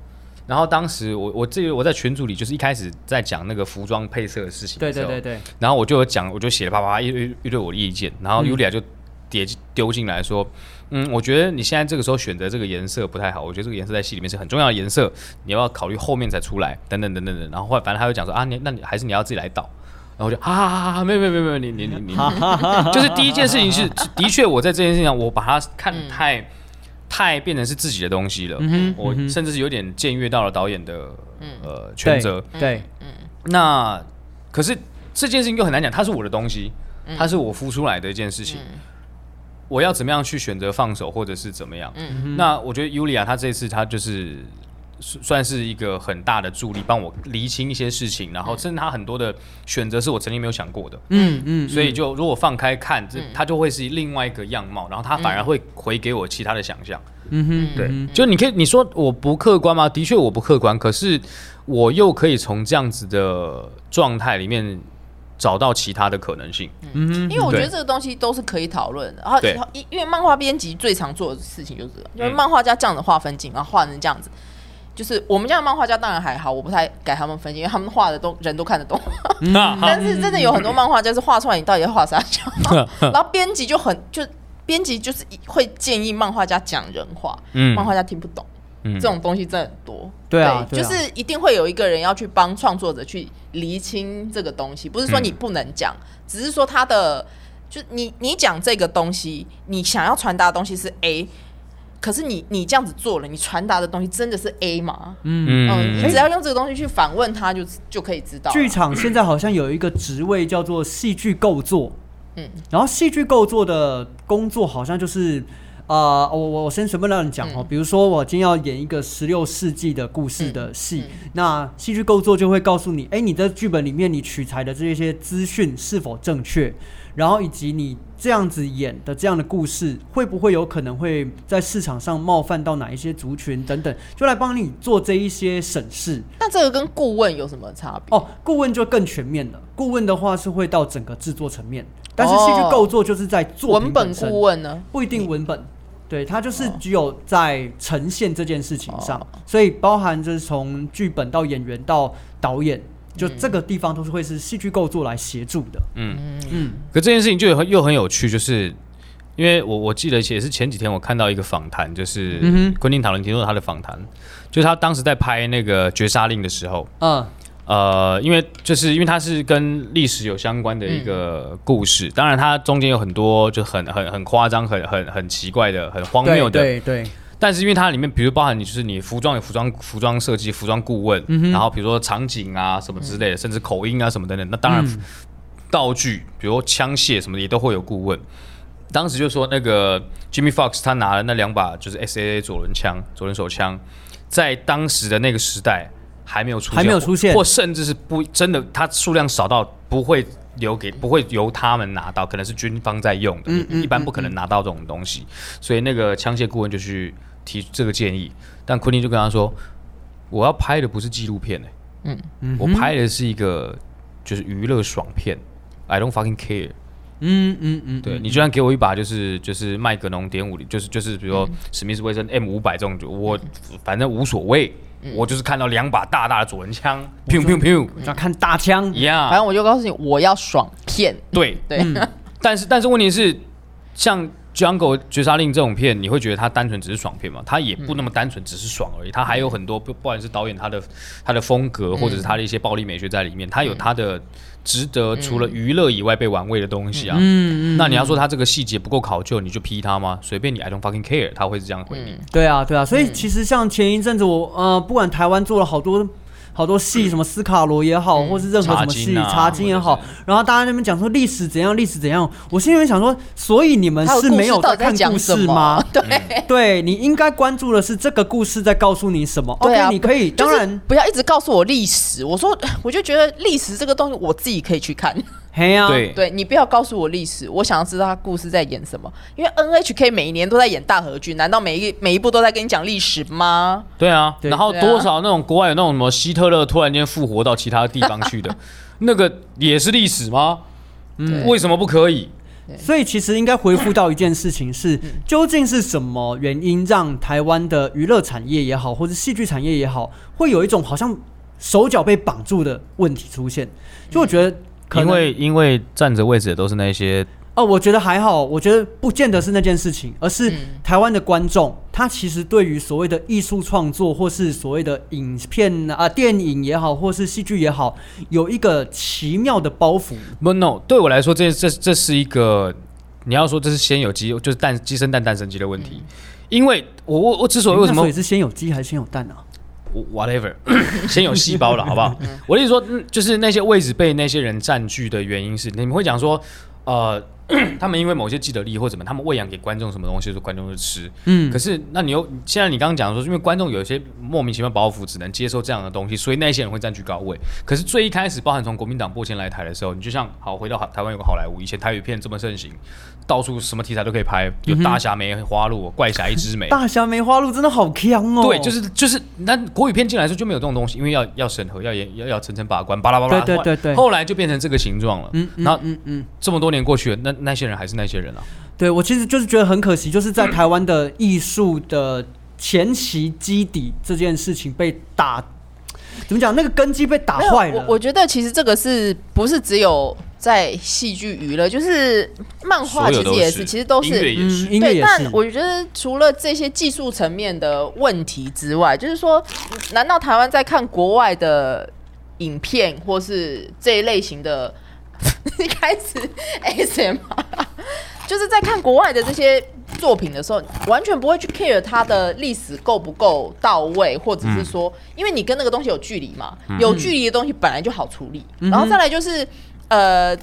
C: 然后当时我我这个我在群组里就是一开始在讲那个服装配色的事情
D: 对
C: 的时
D: 对对
C: 候，
D: 对，
C: 然后我就有讲，我就写了啪啪啪一堆一堆我的意见，然后 Yulia 就叠丢进来说，嗯，我觉得你现在这个时候选择这个颜色不太好，我觉得这个颜色在戏里面是很重要的颜色，你要不要考虑后面才出来，等等等等等。然后后来反正他就讲说啊，你那你还是你要自己来导。然后我就啊哈哈哈哈，没有没有没有没有，你你你你，就是第一件事情是，的确我在这件事情上，我把它看得太、太变成是自己的东西了，我甚至是有点僭越到了导演的、呃权责。
D: 对对，
C: 那可是这件事情就很难讲，它是我的东西，
D: 嗯
C: 它是我孵出来的一件事情。我要怎么样去选择放手，或者是怎么样？
D: 嗯
C: 那我觉得尤里亚她这次她就是算算是一个很大的助力，帮我厘清一些事情，然后甚至她很多的选择是我曾经没有想过的，
D: 嗯嗯，
C: 所以就如果放开看，这它就会是另外一个样貌，然后它反而会回给我其他的想象。
D: 嗯哼，
C: 对，就你可以你说我不客观吗？的确我不客观，可是我又可以从这样子的状态里面找到其他的可能性。
D: 嗯
E: 因为我觉得
C: 对
E: 这个东西都是可以讨论的。然后
C: 对
E: 因因为漫画编辑最常做的事情就是这个，就是漫画家这样的画分镜，然后画成这样子。就是我们家的漫画家当然还好，我不太改他们分镜，因为他们画的都人都看得懂。
C: 嗯
E: 但是真的有很多漫画家是画出来，你到底在画啥笑？ 然后编辑就很就编辑就是会建议漫画家讲人话，
C: 嗯
E: 漫画家听不懂，
C: 嗯
E: 这种东西真的很多。
D: 对啊对
E: 就
D: 啊
E: 是一定会有一个人要去帮创作者去厘清这个东西，不是
D: 嗯
E: 说你不能讲，只是说他的就你你讲这个东西，你想要传达的东西是 A，可是你你这样子做了，你传达的东西真的是 A 吗？嗯，你只要用这个东西去反问他就，就可以知道了。
D: 剧场现在好像有一个职位叫做戏剧构作，
E: 嗯
D: 然后戏剧构作的工作好像就是呃，我我我先随便让你讲
E: 嗯
D: 哦，比如说我今天要演一个十六世纪的故事
E: 嗯
D: 的戏，那戏剧构作就会告诉你，哎，你的剧本里面你取材的这些资讯是否正确，然后以及你这样子演的这样的故事会不会有可能会在市场上冒犯到哪一些族群等等，就来帮你做这一些审视。
E: 那这个跟顾问有什么差别？
D: 哦，顾问就更全面了，顾问的话是会到整个制作层面，但是戏剧构作就是在作
E: 文
D: 品
E: 本
D: 身
E: 顾问呢？
D: 不一定文本，对，它就是只有在呈现这件事情上，所以包含就是从剧本到演员到导演，就这个地方都是会是戏剧构作来协助的。嗯
C: 可这件事情就有又很有趣，就是因为我我记得也是前几天我看到一个访谈，就是
D: 嗯
C: 昆汀塔伦提诺他的访谈，就是他当时在拍那个《绝杀令》的时候，
D: 嗯，
C: 呃，因为就是因为它是跟历史有相关的一个
E: 嗯
C: 故事，当然它中间有很多就很很很夸张、很很很奇怪的、很荒
D: 对
C: 谬的
D: 对对，
C: 但是因为它里面，比如包含你就是你服装有服装服装设计、服装顾问，然后比如说场景啊什么之类的，甚至口音啊什么等等。那当然，道具，比如枪械什么的也都会有顾问。当时就说那个 Jimmy Fox 他拿了那两把就是 SAA 左轮枪、左轮手枪，在当时的那个时代还没有出现，
D: 还没有出现
C: 或甚至是不真的，它数量少到不会留给不会由他们拿到，可能是军方在用的，
D: 嗯
C: 一般不可能拿到这种东西。所以那个枪械顾问就去提这个建议，但昆汀就跟他说：“我要拍的不是纪录片、欸，嗯，我拍的是一个就是娱乐爽片，I don't fucking care。”
D: 嗯嗯嗯，
C: 对你居然给我一把就是就是麦格农点五零，就是就是比如
E: 嗯
C: 说史密斯威森 M 五百这种，我反正无所谓，
E: 嗯
C: 我就是看到两把大大的左轮枪，砰砰砰
D: 我要看大枪，
C: 一样
E: 反，正我就告诉你，我要爽片。
C: 对，
E: 对，
D: 嗯
C: 但是但是问题是，像《Jungle 绝杀令》这种片，你会觉得它单纯只是爽片吗？它也不那么单纯只是爽而已，它还有很多不不管是导演他的他的风格，或者是他的一些暴力美学在里面，它有它的值得除了娱乐以外被玩味的东西啊。嗯嗯嗯。那你要说它这个细节不够考究，你就批它吗？随便你，I don't fucking care，他会是这样回你。
D: 对啊，对啊，所
E: 嗯
D: 以其实像前一阵子我呃，不管台湾做了好多好多戏，
E: 嗯
D: 什么斯卡罗也好，或是任何什么戏
C: 茶金啊
D: 茶金也好
C: 或者，
D: 然后大家在那边讲说历史怎样，历史怎样，我心里面想说，所以你们
E: 还有
D: 是
E: 故
D: 没
E: 事
D: 有
E: 到
D: 在
E: 底在
D: 看故
E: 讲什
D: 事
E: 么
D: 吗？？ 嗯
E: 对。
D: 对你应该关注的是这个故事在告诉你什么。
E: 对啊，
D: OK，你可以，
E: 不就
D: 当
E: 是
D: 然，
E: 不要一直告诉我历史。我说，呃我就觉得历史这个东西我自己可以去看。
D: 嘿呀，
C: 对
E: 对你不要告诉我历史，我想要知道他故事在演什么。因为 NHK 每一年都在演大合剧，难道每一每一部都在跟你讲历史吗？
C: 对啊，
D: 对
C: 然后
E: 对啊
C: 多少那种国外有那种什么希特勒突然间复活到其他地方 去的，那个也是历史吗？嗯，为什么不可以？
D: 所以其实应该回复到一件事情是，究竟是什么原因让台湾的娱乐产业也好，或者戏剧产业也好，会有一种好像手脚被绑住的问题出现？就我觉得可
C: 因
D: 能，
C: 为因为站着位置的都是那些
D: 哦，我觉得还好，我觉得不见得是那件事情，而是台湾的观众，他其实对于所谓的艺术创作，或是所谓的影片啊、电影也好，或是戏剧也好，有一个奇妙的包袱。
C: 不 no，对我来说这这这是一个你要说这是先有鸡就是蛋鸡生蛋蛋生鸡的问题，因为我我我之所以为什
D: 那
C: 么
D: 所以是先有鸡还是先有蛋啊？
C: 我 whatever，先 有细胞了，好不好？我的意思说，嗯就是那些位置被那些人占据的原因是，你们会讲说，呃， 他们因为某些既得利益或怎么，他们喂养给观众什么东西，说观众就吃。嗯，可是那你又现在你刚刚讲说，因为观众有一些莫名其妙包袱，只能接受这样的东西，所以那些人会占据高位。可是最一开始，包含从国民党拨钱来台的时候，你就像好回到台湾有个好莱坞，以前台语片这么盛行，到处什么题材都可以拍，有大侠梅花鹿、怪侠一枝梅，
D: 大侠梅花鹿真的好强哦！
C: 对，就是就是，那国语片进来的时候就没有这种东西，因为要要审核，要严要要层层把关，巴拉巴拉。
D: 对对对对
C: 后来就变成这个形状了。嗯，那
D: 嗯嗯，
C: 这么多年过去了，那那些人还是那些人啊。
D: 对我其实就是觉得很可惜，就是在台湾的艺术的前期基底这件事情被打，怎么讲？那个根基被打
E: 没有
D: 啊坏了。
E: 我我觉得其实这个是不是只有在戏剧娱乐，就是漫画其实也是，其实都
C: 音乐
E: 是。
C: 也
D: 嗯，
C: 是。
D: 音乐
E: 对，
D: 也
E: 但
D: 是。
E: 我觉得除了这些技术层面的问题之外，就是说，难道台湾在看国外的影片或是这一类型的， 一开始 SM，就是在看国外的这些作品的时候，完全不会去 care 它的历史够不够到位，或者是说，因为你跟那个东西有距离嘛，有距离的东西本来就好处理。然后再来就是，呃，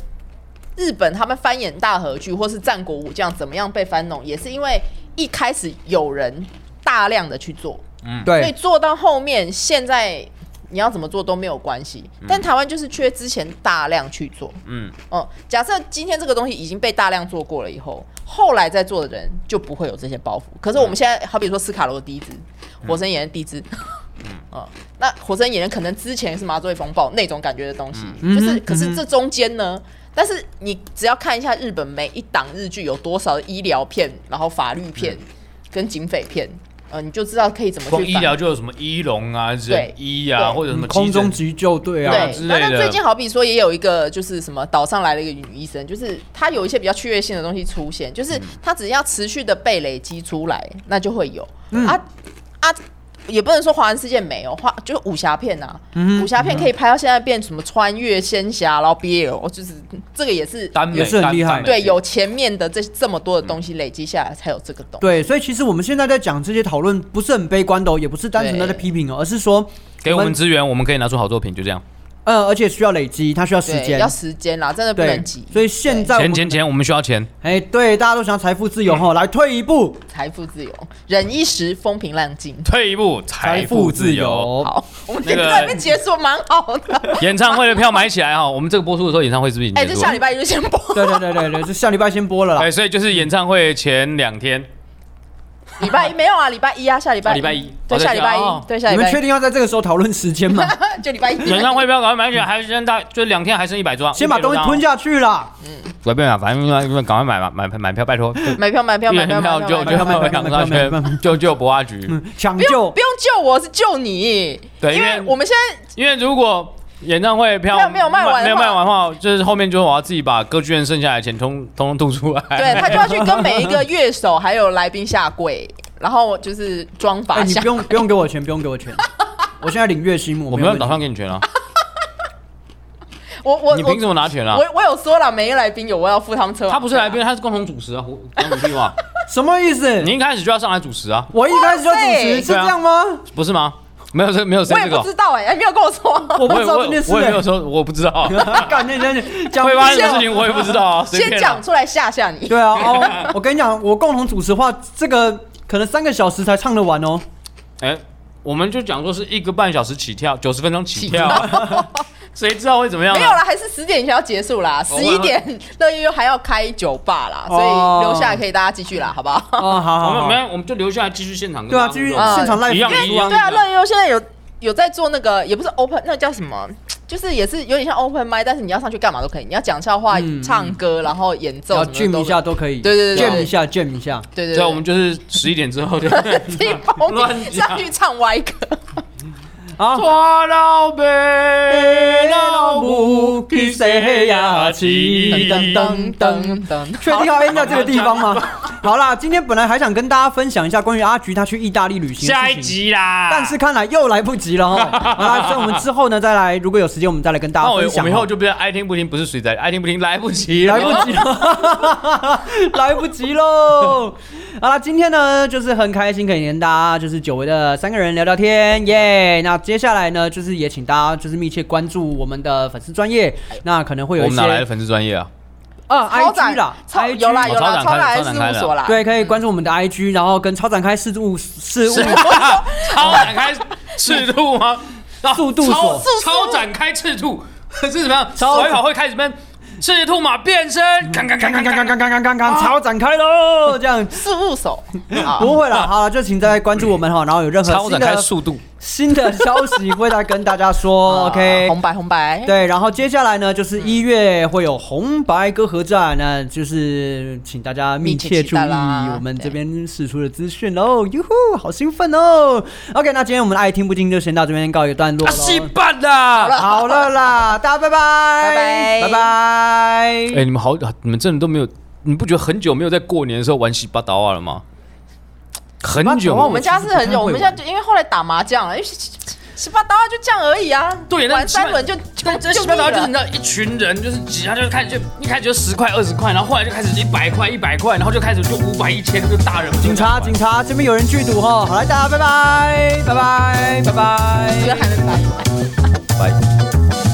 E: 日本他们翻演大和剧或是战国武将怎么样被翻弄，也是因为一开始有人大量的去做，所以
D: 对，
E: 做到后面，现在你要怎么做都没有关系。
D: 嗯
E: 但台湾就是缺之前大量去做，
C: 嗯
E: 嗯，哦、假设今天这个东西已经被大量做过了以后，后来再做的人就不会有这些包袱。可是我们现在，好比说斯卡罗的第一支，火神眼的第一支。嗯，那火神眼人可能之前是麻醉风暴那种感觉的东西，就是
D: 嗯哼
E: 可是这中间呢，但是你只要看一下日本每一档日剧有多少医疗片，然后法律片
D: 嗯
E: 跟警匪片，呃，你就知道可以怎么去
C: 光
E: 反
C: 医疗就有什么医龙啊、人
E: 对
C: 医啊，
E: 对
C: 或者什么
D: 嗯空
C: 急
D: 中
C: 诊
D: 急救队啊
E: 对，
C: 之，
E: 那
C: 类的
E: 那最近好比说也有一个就是什么岛上来了一个女医生，就是她有一些比较趣味性的东西出现，就是她只要持续的被累积出来，那就会有、
D: 嗯
E: 啊啊。也不能说华人世界没有，华就是武侠片呐、啊，
D: 嗯
E: 武侠片可以拍到现在变什么穿越仙侠，然后 BL，就是这个也是
C: 耽美
D: 也是很
C: 耽
D: 厉害
C: 耽美
E: 对
C: 剧
E: 有前面的这这么多的东西累积下来才有这个东西。
D: 对，所以其实我们现在在讲这些讨论，不是很悲观的、哦，也不是单纯的在
E: 对
D: 批评哦，而是说，
C: 给我们资源，我们可以拿出好作品，就这样。
D: 呃，而且需要累积，它需要时
E: 对，
D: 间
E: 要，时间啦，真的不
D: 对
E: 能急，。
D: 所以现在我
C: 钱
D: 们
C: 钱钱，我们需要钱。
D: 哎，对，大家都想要财富自由哈，来退一步，
E: 财富自由，忍一时风平浪静。
C: 退一步，财富自由。，
E: 好，我们
C: 那
E: 这
C: 个
E: 个还没结束，蛮好 的。
C: 演唱会的票买起来哈，我们这个播出的时候，演唱会是不是已经
E: 哎、
C: 结
E: 这
C: 束
E: 下
C: 了
E: 礼？拜一就先播，
D: 对对对对对，就下礼拜先播 了啦
C: 哎，。所以就是演唱会前两天，
E: 礼拜一没有啊，礼拜一啊，下礼拜、
C: 啊礼拜一哦
E: 对，下礼拜一，
C: 哦
E: 对，下
D: 你
E: 礼
D: 们
E: 拜
D: 确
E: 一，
D: 定要在这个时候讨论时间 吗？
E: 就礼拜一。
C: 演唱会票赶快买起来，还剩大就两天，还剩一百张，
D: 先把东西吞
C: 下。
D: 下去啦。
C: 随便啊，反正赶快买吧，买买票，拜托。
E: 买票，买票，买票，买
C: 票
E: 票，
C: 就
E: 买
C: 就
E: 票，
C: 买票，上去救救博阿局。
D: 抢
E: 嗯不用
D: 救
E: 不用救我，是救你。
C: 对
E: 因
C: 因为
E: 为我们现在
C: 因为如果演唱会票
E: 票没有卖完的话
C: 没有卖完的话，就是后面就是我要自己把歌剧院剩下来的钱通通通吐出来。
E: 对他就要去跟每一个乐手还有来宾下跪，然后就是装
D: 哎，
E: 法
D: 你
E: 下
D: 不。用不用给我钱，不用给我 钱，我现在领月薪，
C: 我
D: 我没
C: 没
D: 有
C: 有
D: 问题
C: 打算给你钱啊，
E: 我我
C: 你凭什
E: 我
C: 么拿钱啊？
E: 我我有说了，每一个来宾有我要付他们车马费啊。
C: 他不是来宾，他是共同主持啊，胡张主嘛。
D: 什么意思？
C: 你一开始就要上来主持啊，
D: 我一开始就主持
E: 哇塞
D: 是这样吗？
C: 不是吗？没有这没有谁
E: 我也
C: 这个
E: 不知，道哎、哎没有跟我说。
D: 我不
C: 我
D: 知
C: 也
D: 道
C: 我
D: 这件
C: 也
D: 事
C: 我也
D: 哎
C: 没有说，我不知道
D: 干那 天讲
C: 啊会发生什么事情，我也不知道 啊。随
E: 先
C: 便啊
E: 讲出来吓吓你。
D: 对啊， 哦，我跟你讲，我共同主持的话，这个可能三个小时才唱得完哦。
C: 哎，我们就讲说是一个半小时起跳，九十分钟 起跳，谁知道会怎么样呢？
E: 没有啦，还是十点以前要结束啦，
C: 嗯哦
E: 十一点乐悠悠还要开酒吧啦，所
D: 哦
E: 以留下来可以大家继续啦，好不好？
D: 哦，好
C: 我
D: 好
C: 们
D: 好
C: 没，有，我们就留下来继续现场跟
D: 对啊，
C: 大家
D: 继续
C: 互动
E: 啊
D: 现场 live
C: 一样
D: 演出
C: 一样
E: 对啊，
C: 那个
E: 乐悠悠现在有有在做那个，也不是 open，那叫什么？就是也是有点像 open m i 但是你要上去干嘛都可以，你要讲笑话、
D: 嗯
E: 唱歌，然后演奏
D: 要
E: 什么
D: jam
E: 都
D: 一下，都可以，
E: 对对对对
D: jam 一下 jam 一下，
E: 对对
C: 所啊
E: 对，
C: 以我们就是十一点之后就
E: 自己报
C: 乱
E: 名
C: 讲
E: 上去唱歪歌，
D: 好。
C: 抓老北老母去谁呀
E: 噔
C: 去？
E: 噔噔噔 噔，
D: 确定要 end 在这个地方吗？ 好啦，今天本来还想跟大家分享一下关于阿菊他去意大利旅行的事情
C: 下一，集啊啦。
D: 但是看来又来不及 了哦。好啦，所以我们之后呢再来，如果有时间我们再来跟大
C: 那
D: 家
C: 我
D: 分
C: 我
D: 享哦。
C: 们以后就变成爱听不听，不是谁在爱听不听，来不及了，
D: 来不及了， 来不及喽！好了，今天呢就是很开心可以跟大家就是久违的三个人聊聊天，耶、那接下来呢就是也请大家就是密切关注我们的粉丝专业，那可能会有
C: 我
D: 一
C: 们哪来的
D: 些
C: 粉丝专业啊？
D: 啊
E: 超
D: IG
E: 展
D: 啦
E: 超
D: ，IG
E: 有啦有
C: 哦超
E: 啦，
C: 展
E: 超
C: 开
E: 展
C: 了超
E: 事
C: 展开
E: 务
C: 了
E: 所啦，
D: 对，可以关注我们的 IG，然后跟超展开事务事务
C: 是 超展 开赤兔吗？啊
D: 速度
C: 超
D: 锁
C: 超展开赤兔 是怎么样？
D: 超
C: 手一跑会开始变赤兔马变身，看看看看看看。
D: 刚刚刚刚
C: 啊
D: 刚超展开 喽，这样。
E: 事务所， 啊
D: 不会了，好了，就请大家关注我们哈，然后有任何
C: 超
D: 新
C: 展开
D: 的
C: 速啊度，
D: 新的消息会再跟大家 说 哦，OK？
E: 红白红白，
D: 对，然后接下来呢，
C: 嗯
D: 就是一月会有红白歌合战，那就是请大家密切注意我们这边释出的资讯
C: 啊
D: 喽。哟呼，好兴奋哦！OK，那今天我们的爱听不听就先到这边告一个段落
C: 啊，西
D: 喽。
C: 半啦！
D: 好了啦，大家拜拜，
E: 拜拜
D: 拜拜。
C: 哎、你们好，你们真的都没有，你不觉得很久没有在过年的时候玩洗八刀啊了吗？很久，
D: 刀啊
E: 我们家是很久，我们家就因为后来打麻将，哎，十十八刀啊就这样而已啊。
C: 对那
E: 玩三轮就就
C: 对，这洗
E: 就腻
C: 八刀就是
E: 了
C: 你知。道一群人就是挤，他就开始就一开始就十块二十块，然后后来就开始一百块一百块，然后就开始就五百一千就大人
D: 警察，警察，这边有人剧毒哈，好来，大家拜拜，拜拜，拜拜。
E: 觉得还能打赢。
C: 察。